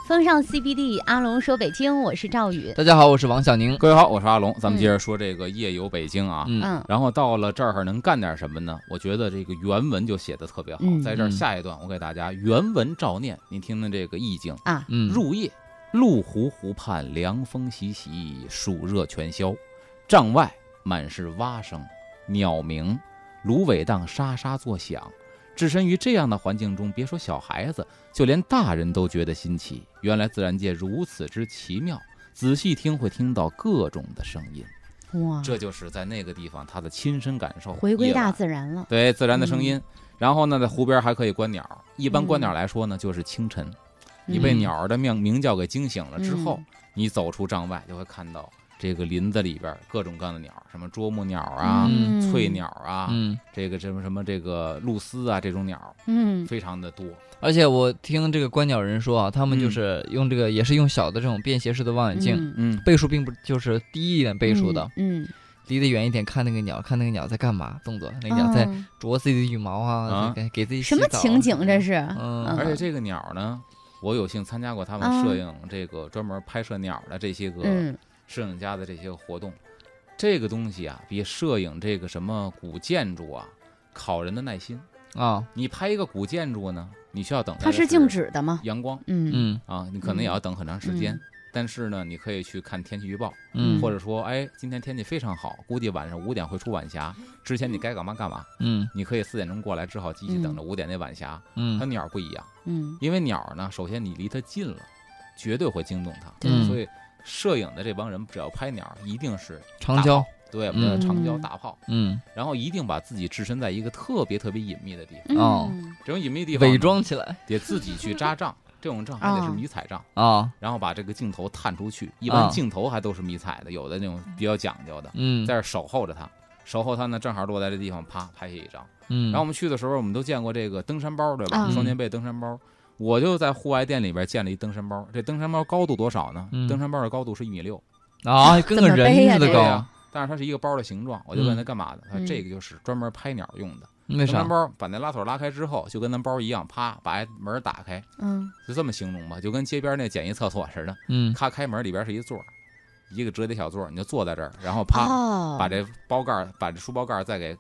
Speaker 1: 风尚 CBD，阿龙说北京，我是赵宇，
Speaker 2: 大家好，我是王小宁。
Speaker 3: 各位好，我是阿龙，咱们
Speaker 1: 嗯
Speaker 3: 接着说这个夜游北京啊。
Speaker 2: 嗯
Speaker 1: 嗯
Speaker 3: 然后到了这儿能干点什么呢？我觉得这个原文就写的特别好
Speaker 1: 嗯，
Speaker 3: 在这儿
Speaker 2: 嗯
Speaker 3: 下一段我给大家原文照念，您听听这个意境。
Speaker 1: 啊，
Speaker 2: 嗯，
Speaker 3: 入夜，麓湖湖畔凉风习习，暑热全消。帐外满是蛙声、鸟鸣，芦苇荡沙沙作响。置身于这样的环境中，别说小孩子，就连大人都觉得新奇。原来自然界如此之奇妙，仔细听会听到各种的声音。
Speaker 1: 哇，
Speaker 3: 这就是在那个地方他的亲身感受。
Speaker 1: 回归
Speaker 3: 夜晚
Speaker 1: 大自然了，
Speaker 3: 对自然的声音。然后呢，在湖边还可以观鸟。一般观
Speaker 1: 嗯
Speaker 3: 鸟来说呢，就是清晨，你被
Speaker 2: 嗯
Speaker 3: 鸟儿的鸣鸣叫给惊醒了之后
Speaker 1: 嗯，
Speaker 3: 你走出帐外就会看到这个林子里边各种各样的鸟儿，什么啄木鸟啊、
Speaker 1: 嗯
Speaker 3: 翠鸟，啊，
Speaker 2: 嗯，
Speaker 3: 这个什么什么这个露丝啊，这种鸟儿
Speaker 1: 嗯，
Speaker 3: 非常的多。
Speaker 2: 而且我听这个观鸟人说啊，他们就
Speaker 3: 嗯
Speaker 2: 是用这个，也是用小的这种便携式的望远镜，
Speaker 1: 嗯
Speaker 3: 嗯，
Speaker 2: 倍数并不就是低一点倍数的，，
Speaker 1: 嗯，
Speaker 2: 离得远一点看那个鸟，看那个鸟在干嘛动作，那个鸟在
Speaker 1: 嗯
Speaker 2: 啄自己的羽毛啊，
Speaker 3: 啊
Speaker 2: 在给给自己
Speaker 1: 什
Speaker 2: 洗
Speaker 1: 么
Speaker 2: 澡啊
Speaker 1: 情景这？是？
Speaker 2: 嗯，
Speaker 1: 嗯
Speaker 3: 而且这个鸟儿呢。我有幸参加过他们
Speaker 1: 啊
Speaker 3: 摄影这个专门拍摄鸟儿的这些个
Speaker 1: 嗯，
Speaker 3: 摄影家的这些活动，这个东西啊，比摄影这个什么古建筑啊，考人的耐心。
Speaker 2: 啊，
Speaker 3: 你拍一个古建筑呢，你需要等
Speaker 1: 它是静止的吗？
Speaker 3: 阳光
Speaker 1: 嗯
Speaker 2: 嗯
Speaker 3: 啊，你可能也要等很长时间。
Speaker 1: 嗯
Speaker 3: 但是呢，你可以去看天气预报，
Speaker 2: 嗯
Speaker 3: 或者说，哎，今天天气非常好，估计晚上五点会出晚霞，之前你该干嘛干嘛。
Speaker 2: 嗯
Speaker 3: 你可以四点钟过来，只好机器等着五点那晚霞。它
Speaker 2: 嗯
Speaker 3: 鸟不一样，
Speaker 1: 嗯
Speaker 3: 因为鸟呢，首先你离它近了，绝对会惊动它。
Speaker 2: 嗯
Speaker 3: 所以，摄影的这帮人只要拍鸟，一定是
Speaker 2: 长焦
Speaker 3: 大炮，对，我们的长焦
Speaker 1: 嗯
Speaker 3: 大炮，
Speaker 2: 嗯，
Speaker 3: 然后一定把自己置身在一个特别特别隐秘的地方。
Speaker 1: 嗯
Speaker 2: 哦
Speaker 3: 这种隐秘的地方呢
Speaker 2: 伪装起来
Speaker 3: 得自己去扎帐，这种帐还得是迷彩帐，
Speaker 2: 啊，
Speaker 3: 然后把这个镜头探出去。一
Speaker 2: 啊
Speaker 3: 般镜头还都是迷彩的，有的那种比较讲究的，
Speaker 2: 嗯
Speaker 3: 在这守候着它。守候它呢，正好落在这地方，啪拍下一张。
Speaker 2: 嗯，
Speaker 3: 然后我们去的时候，我们都见过这个登山包，对吧？
Speaker 1: 啊
Speaker 3: 双肩背登山包。我就在户外店里边见了一登山包，这登山包高度多少呢？
Speaker 2: 嗯
Speaker 3: 登山包的高度是一米六，
Speaker 2: 啊，跟
Speaker 1: 怎
Speaker 2: 个
Speaker 1: 么背呀这
Speaker 2: 人似的
Speaker 3: 对
Speaker 1: 个
Speaker 3: 呀
Speaker 2: 高，，
Speaker 3: 但是它是一个包的形状，我就问他干嘛的，他
Speaker 1: 嗯
Speaker 3: 说这个就是专门拍鸟用的。
Speaker 2: 为
Speaker 3: 登
Speaker 2: 啥
Speaker 3: 山？包把那拉锁拉开之后，就跟咱包一样，啪把门打开，
Speaker 1: 嗯，
Speaker 3: 就这么形容吧，就跟街边那简易厕所似的，
Speaker 2: 嗯
Speaker 3: 咔开门里边是一座儿，一个折叠小座儿，你就坐在这儿，然后啪
Speaker 1: 哦，
Speaker 3: 把这包盖儿把这书包盖儿再给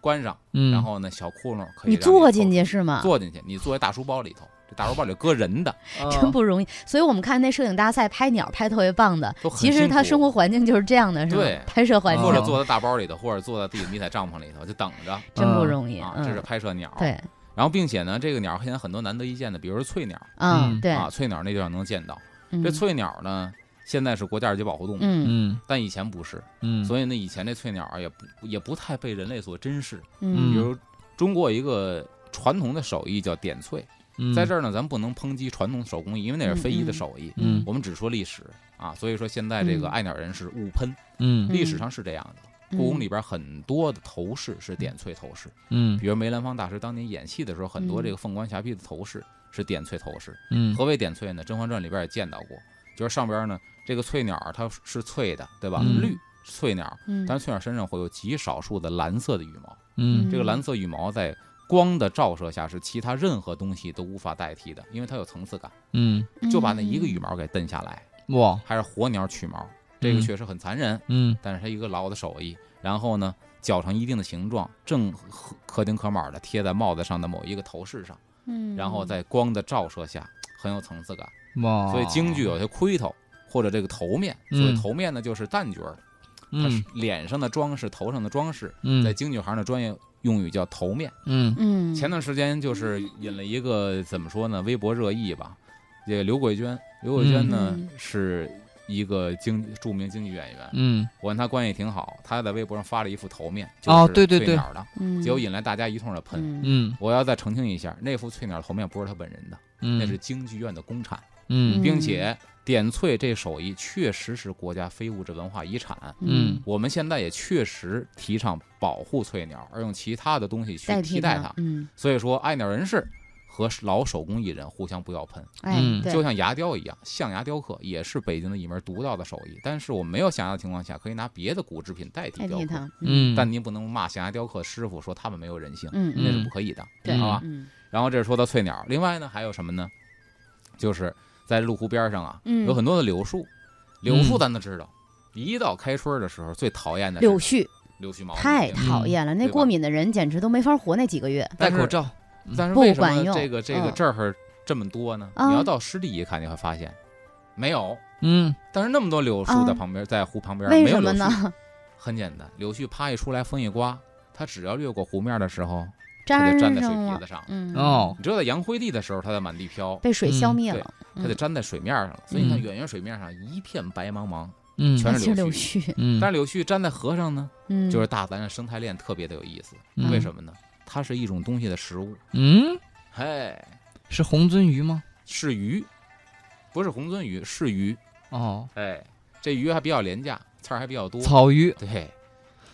Speaker 3: 关上，
Speaker 2: 嗯，
Speaker 3: 然后呢小窟窿可以
Speaker 1: 你
Speaker 3: 让
Speaker 1: 坐进
Speaker 3: 去，
Speaker 1: 去啊是吗？
Speaker 3: 坐进去，你坐在大书包里头，这大书包里搁人的，
Speaker 2: 啊
Speaker 1: 真不容易，所以我们看那摄影大赛拍鸟拍特别棒的
Speaker 3: 都，很
Speaker 1: 其实
Speaker 3: 辛
Speaker 1: 他
Speaker 3: 苦
Speaker 1: 生活环境就是这样的，是吧
Speaker 3: 对？
Speaker 1: 拍摄环
Speaker 2: 啊
Speaker 1: 境
Speaker 3: 或者坐在大包里头，或者坐在自己迷彩帐篷里头，就等着
Speaker 1: 真不
Speaker 2: 嗯
Speaker 1: 容易，
Speaker 3: 啊，这是
Speaker 1: 嗯，
Speaker 3: 拍摄鸟。
Speaker 1: 对，
Speaker 3: 然后并且呢，这个鸟现在很多难得一见的，比如说翠鸟
Speaker 1: 嗯，
Speaker 2: 嗯
Speaker 1: 对，
Speaker 3: 啊，翠鸟那地方能见到。
Speaker 1: 嗯
Speaker 3: 这翠鸟呢，现在是国家二级保护动物，
Speaker 1: 嗯
Speaker 2: 嗯
Speaker 3: 但以前不是，
Speaker 2: 嗯，
Speaker 3: 所以呢，以前这翠鸟儿也不也不太被人类所珍视。比
Speaker 1: 嗯
Speaker 2: 嗯
Speaker 3: 如中国有一个传统的手艺叫点翠，
Speaker 2: 以
Speaker 3: 在这儿呢，咱不能抨击传统手工艺，因为那是非遗的手艺，
Speaker 2: 嗯
Speaker 3: 我们只说历史啊。所以说现在这个
Speaker 1: 嗯
Speaker 3: 爱鸟人士误喷，
Speaker 2: 嗯
Speaker 3: 历史上是这样的。故宫里边很多的头饰是点翠头饰，
Speaker 2: 嗯
Speaker 3: 比如梅兰芳大师当年演戏的时候，很多
Speaker 1: 嗯
Speaker 3: 这个凤冠霞帔的头饰是点翠头饰。
Speaker 2: 嗯
Speaker 3: 何为点翠呢？《甄嬛传》里边也见到过，就是上边呢这个翠鸟儿它是翠的，对吧？
Speaker 2: 嗯
Speaker 3: 绿翠鸟，
Speaker 1: 嗯
Speaker 3: 但是翠鸟身上会有极少数的蓝色的羽毛，
Speaker 2: 嗯
Speaker 3: 这个蓝色羽毛在光的照射下是其他任何东西都无法代替的，因为它有层次感，
Speaker 2: 嗯
Speaker 3: 就把那一个羽毛给蹬下来，
Speaker 2: 哇
Speaker 3: 还是活鸟取毛，这个
Speaker 2: 嗯
Speaker 3: 确实很残忍，
Speaker 2: 嗯
Speaker 3: 但是它一个老的手艺，然后呢。绞成一定的形状，正合可丁可卯的贴在帽子上的某一个头饰上，
Speaker 1: 嗯，
Speaker 3: 然后在光的照射下，很有层次感。
Speaker 2: 哇，
Speaker 3: 所以京剧啊有些盔头或者这个头面，所
Speaker 2: 哦嗯
Speaker 3: 以头面呢就是旦角儿，它是
Speaker 2: 嗯
Speaker 3: 脸上的装饰、头上的装饰，
Speaker 2: 嗯
Speaker 3: 在京剧行的专业用语叫头面。
Speaker 2: 嗯
Speaker 1: 嗯
Speaker 3: 前段时间就是引了一个怎么说呢，微博热议吧，这个刘桂娟，刘桂娟呢
Speaker 1: 嗯
Speaker 3: 是一个京著名京剧演员，
Speaker 2: 嗯
Speaker 3: 我跟她关系挺好，她在微博上发了一副头面，
Speaker 2: 哦
Speaker 3: 就是
Speaker 2: 对对
Speaker 3: 翠鸟的，
Speaker 1: 嗯
Speaker 3: 结果引来大家一通的喷。
Speaker 1: 嗯
Speaker 2: 嗯
Speaker 3: 我要再澄清一下，那副翠鸟头面不是她本人的，
Speaker 2: 嗯，
Speaker 3: 那是京剧院的公产。
Speaker 2: 嗯
Speaker 3: 并且点翠这手艺确实是国家非物质文化遗产。
Speaker 2: 嗯
Speaker 3: 我们现在也确实提倡保护翠鸟，而用其他的东西去
Speaker 1: 代
Speaker 3: 替代它
Speaker 1: 它。，嗯，
Speaker 3: 所以说，爱鸟人士和老手工艺人互相不要喷，
Speaker 1: 哎，
Speaker 2: 嗯
Speaker 1: 对
Speaker 3: 就像牙雕一样，象牙雕刻也是北京的一门独到的手艺。但是我没有象牙的情况下，可以拿别的骨制品代替
Speaker 1: 代
Speaker 3: 雕
Speaker 1: 替
Speaker 3: 刻。
Speaker 1: 它，
Speaker 2: 嗯，
Speaker 3: 但您不能骂象牙雕刻师傅说他们没有人性，
Speaker 1: 嗯
Speaker 3: 那
Speaker 1: 嗯，
Speaker 3: 是不可以的。
Speaker 1: 对，
Speaker 3: 好吧
Speaker 1: 嗯
Speaker 3: 然后这是说到翠鸟，另外呢还有什么呢？就是在路湖边上啊，
Speaker 1: 嗯
Speaker 3: 有很多的柳树，柳树咱都知道，一到开春的时候最讨厌的是
Speaker 1: 柳絮
Speaker 3: 柳絮毛，
Speaker 1: 太讨厌了，那
Speaker 3: 对吧
Speaker 1: 过敏的人简直都没法活那几个月。
Speaker 2: 戴
Speaker 3: 但是
Speaker 2: 口罩，
Speaker 3: 但是
Speaker 1: 不
Speaker 3: 为什
Speaker 1: 管
Speaker 3: 么
Speaker 1: 用
Speaker 3: 这个这个
Speaker 1: 嗯
Speaker 3: 这儿这么多呢？
Speaker 1: 啊
Speaker 3: 你要到湿地一看，你会发现没有，
Speaker 2: 嗯
Speaker 3: 但是那么多柳树在
Speaker 1: 啊
Speaker 3: 旁边，在湖旁边
Speaker 1: 为
Speaker 3: 没有
Speaker 1: 什么
Speaker 3: 柳
Speaker 1: 呢？
Speaker 3: 絮。很简单，柳絮啪一出来，风一刮，它只要越过湖面的时候，它
Speaker 1: 粘
Speaker 3: 就粘在水
Speaker 1: 上
Speaker 3: 皮
Speaker 1: 了
Speaker 3: 子，上。
Speaker 1: 嗯，，
Speaker 2: 哦
Speaker 3: 你知道，在扬灰地的时候，它在满地飘，
Speaker 1: 被水消灭
Speaker 3: 嗯
Speaker 1: 了，
Speaker 3: 它就
Speaker 1: 嗯
Speaker 3: 粘在水面上了。所以你看，
Speaker 2: 嗯
Speaker 3: 远远水面上一片白茫茫，
Speaker 2: 嗯
Speaker 3: 全
Speaker 1: 那
Speaker 3: 是
Speaker 1: 是
Speaker 3: 柳
Speaker 1: 柳
Speaker 3: 絮
Speaker 1: 絮，
Speaker 2: 嗯，
Speaker 3: 但是柳絮粘在河上呢，
Speaker 1: 嗯，
Speaker 3: 就是大自然的生态链特别的有意思。
Speaker 2: 嗯
Speaker 3: 为什么呢？它是一种东西的食物，
Speaker 2: 嗯
Speaker 3: 嘿，
Speaker 2: 是红鳟鱼吗？
Speaker 3: 是鱼，不是红鳟鱼，是鱼，
Speaker 2: 哦，
Speaker 3: 哎，这鱼还比较廉价，刺儿还比较多。
Speaker 2: 草鱼，
Speaker 3: 对，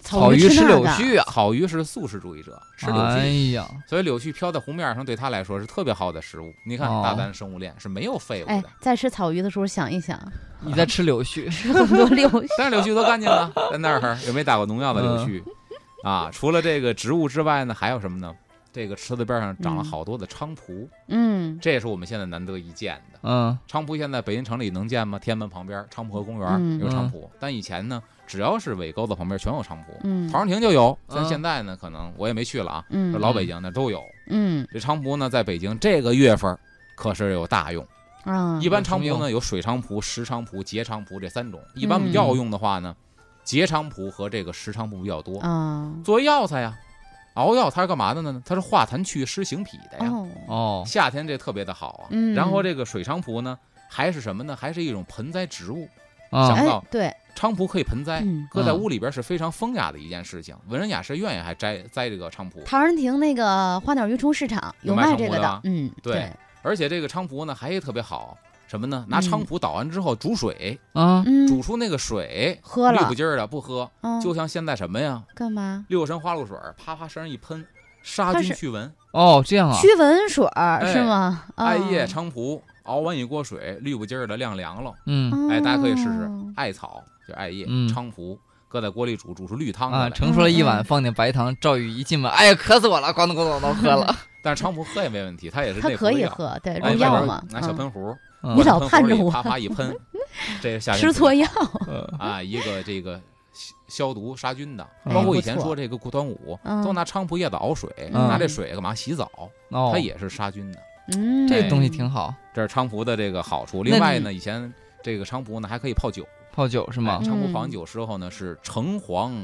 Speaker 1: 草
Speaker 2: 鱼
Speaker 1: 吃
Speaker 2: 吃
Speaker 1: 那
Speaker 2: 柳
Speaker 1: 的，
Speaker 2: 絮啊，
Speaker 3: 草鱼是素食主义者，吃柳
Speaker 2: 哎
Speaker 3: 絮，
Speaker 2: 呀，
Speaker 3: 所以柳絮飘在湖面上对它来说是特别好的食物。你看，
Speaker 2: 哦
Speaker 3: 大自然生物链是没有废物
Speaker 1: 哎
Speaker 3: 的，，
Speaker 1: 在吃草鱼的时候想一想，
Speaker 2: 你在吃柳絮，
Speaker 1: 吃很多柳 絮，
Speaker 3: 但是柳絮多干净啊，在那儿有没有打过农药的柳
Speaker 1: 嗯
Speaker 3: 絮啊？除了这个植物之外呢，还有什么呢？这个池子边上长了
Speaker 1: 嗯
Speaker 3: 好多的菖蒲，
Speaker 1: 嗯
Speaker 3: 这也是我们现在难得一见的。
Speaker 2: 嗯
Speaker 3: 菖蒲现在北京城里能见吗？天安门旁边菖蒲河公
Speaker 1: 嗯
Speaker 3: 园有菖蒲，但以前呢，只要是尾沟子旁边全有菖蒲，
Speaker 1: 嗯
Speaker 3: 陶然亭就有，
Speaker 2: 嗯
Speaker 3: 但现在呢，可能我也没去了啊。
Speaker 1: 嗯
Speaker 3: 这老北京那都有，
Speaker 1: 嗯
Speaker 3: 这菖蒲呢，在北京这个月份儿可是有大用。
Speaker 1: 啊，
Speaker 3: 一般菖
Speaker 2: 有什
Speaker 3: 蒲
Speaker 2: 么
Speaker 3: 呢有水菖蒲、石菖蒲、节菖蒲这三种。一般
Speaker 1: 嗯
Speaker 3: 药用的话呢，节菖蒲和这个石菖蒲比较多，
Speaker 1: 啊，
Speaker 3: 作为药材呀。熬药它是干嘛的呢？它是化痰祛湿行痞的哎呀。
Speaker 1: 哦，
Speaker 2: 哦
Speaker 3: 夏天这特别的好啊。
Speaker 1: 嗯
Speaker 3: 然后这个水菖蒲呢，还是什么呢？还是一种盆栽植物。
Speaker 2: 啊
Speaker 3: 想
Speaker 1: 哎
Speaker 3: 到，
Speaker 1: 对，
Speaker 3: 菖蒲可以盆栽，
Speaker 1: 嗯，
Speaker 3: 搁在
Speaker 2: 嗯
Speaker 3: 屋里边是非常风雅的一件事情。文人雅士愿意还摘栽这个菖蒲，
Speaker 1: 陶然亭那个花鸟鱼虫市场有
Speaker 3: 有卖
Speaker 1: 卖
Speaker 3: 菖
Speaker 1: 这
Speaker 3: 蒲
Speaker 1: 个
Speaker 3: 的
Speaker 1: 的
Speaker 3: 啊，
Speaker 1: 嗯，
Speaker 3: 对，而且这个菖蒲呢还特别好，什么呢？拿菖蒲捣完之后煮水，
Speaker 2: 啊
Speaker 1: 嗯，
Speaker 3: 煮出那个水，
Speaker 1: 喝
Speaker 3: 绿
Speaker 1: 了
Speaker 3: 不，劲儿的不喝，
Speaker 1: 嗯，
Speaker 3: 就像现在什么呀，
Speaker 1: 干嘛？
Speaker 3: 六神花露水，啪啪身上一喷，杀
Speaker 1: 它
Speaker 3: 菌
Speaker 1: 是
Speaker 3: 驱蚊，
Speaker 2: 哦这样啊，
Speaker 1: 驱蚊水儿
Speaker 3: 哎
Speaker 1: 是吗？
Speaker 3: 艾
Speaker 1: 啊
Speaker 3: 叶、菖蒲熬完一锅水，绿不劲儿的晾凉了，
Speaker 1: 啊
Speaker 2: 嗯
Speaker 3: 哎，大家可以试试
Speaker 1: 哦，
Speaker 3: 艾草就艾叶、
Speaker 2: 嗯
Speaker 3: 菖蒲，搁在锅里煮，煮出绿汤
Speaker 2: 啊，
Speaker 3: 来了。
Speaker 2: 盛出了一
Speaker 1: 嗯
Speaker 2: 碗，放点白糖，赵宇一进门，哎呀，渴死我了，咣当咣当都喝了，
Speaker 3: 但是菖蒲喝也没问题，它也是
Speaker 1: 它
Speaker 3: 内服
Speaker 1: 可以
Speaker 3: 药
Speaker 1: 喝，对，
Speaker 3: 哎
Speaker 1: 入
Speaker 3: 外
Speaker 1: 药
Speaker 3: 边
Speaker 1: 嘛，
Speaker 3: 拿小
Speaker 1: 嗯
Speaker 3: 喷壶，
Speaker 2: 嗯
Speaker 1: 你少
Speaker 3: 喷壶
Speaker 1: 盼着
Speaker 3: 里
Speaker 1: 我
Speaker 3: 啪啪一喷，这是夏天
Speaker 1: 吃错药，
Speaker 3: 啊，一个这个消消毒杀菌的，
Speaker 2: 嗯
Speaker 3: 包括以前说这个过端午都拿菖蒲叶子熬水，
Speaker 1: 嗯
Speaker 3: 拿这水干嘛洗澡？
Speaker 2: 哦
Speaker 3: 它，也是杀菌的，
Speaker 1: 嗯，
Speaker 2: 这个东西挺好，
Speaker 3: 这是菖蒲的这个好处。
Speaker 2: 那
Speaker 3: 另外呢，以前这个菖蒲呢还可以泡酒，
Speaker 2: 泡酒是
Speaker 3: 哎
Speaker 2: 吗？
Speaker 3: 菖
Speaker 1: 嗯
Speaker 3: 蒲泡完酒之后呢是橙黄，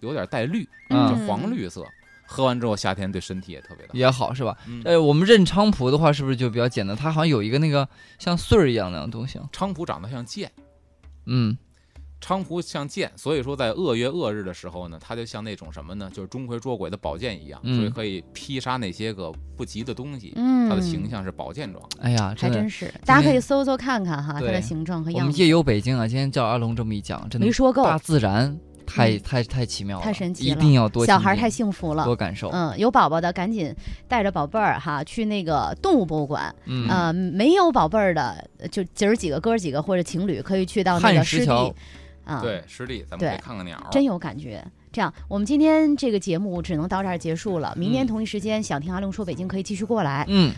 Speaker 3: 有点带绿，
Speaker 2: 嗯
Speaker 3: 就黄绿色。喝完之后，夏天对身体也特别的好。
Speaker 2: 也好是吧？
Speaker 3: 嗯
Speaker 2: 呃，我们认菖蒲的话，是不是就比较简单？它好像有一个那个像穗儿一样的东西啊
Speaker 3: 菖蒲长得像剑，
Speaker 2: 嗯
Speaker 3: 菖蒲像剑，所以说在恶月恶日的时候呢，它就像那种什么呢，就是钟馗捉鬼的宝剑一样，
Speaker 2: 嗯
Speaker 3: 所以可以劈杀那些个不吉的东西。
Speaker 1: 嗯，
Speaker 3: 它的形象是宝剑状，
Speaker 2: 哎呀，
Speaker 1: 还
Speaker 2: 的，
Speaker 1: 真是，大家可以
Speaker 2: 天
Speaker 1: 搜搜看看哈，它的
Speaker 2: 对
Speaker 1: 形状和
Speaker 2: 我
Speaker 1: 样
Speaker 2: 们
Speaker 1: 子
Speaker 2: 夜游北京啊，今天叫阿龙这么一讲，真的
Speaker 1: 没说够，
Speaker 2: 大自然太、
Speaker 1: 嗯
Speaker 2: 太太奇妙了，
Speaker 1: 太神奇
Speaker 2: 一
Speaker 1: 了
Speaker 2: 定要多
Speaker 1: 小
Speaker 2: 亲
Speaker 1: 孩儿
Speaker 2: 近
Speaker 1: 太幸福了。
Speaker 2: 多感受。
Speaker 1: 嗯，有宝宝的赶紧带着宝贝儿哈去那个动物博物馆。
Speaker 2: 嗯，
Speaker 1: 呃，没有宝贝儿的，就姐儿几个哥儿几个或者情侣可以去到那
Speaker 2: 汉
Speaker 1: 个
Speaker 2: 石
Speaker 1: 湿
Speaker 2: 桥
Speaker 1: 地。啊，
Speaker 3: 对，实力咱们可以
Speaker 1: 对
Speaker 3: 看看鸟儿。
Speaker 1: 真有感觉。这样，我们今天这个节目只能到这儿结束了。明天
Speaker 2: 嗯
Speaker 1: 同一时间，想听阿龙说北京可以继续过来。
Speaker 2: 嗯，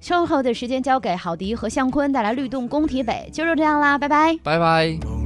Speaker 1: 稍后的时间交给郝迪和向坤带来律动工体北，就这样啦，拜拜。
Speaker 2: 拜拜。
Speaker 4: 梦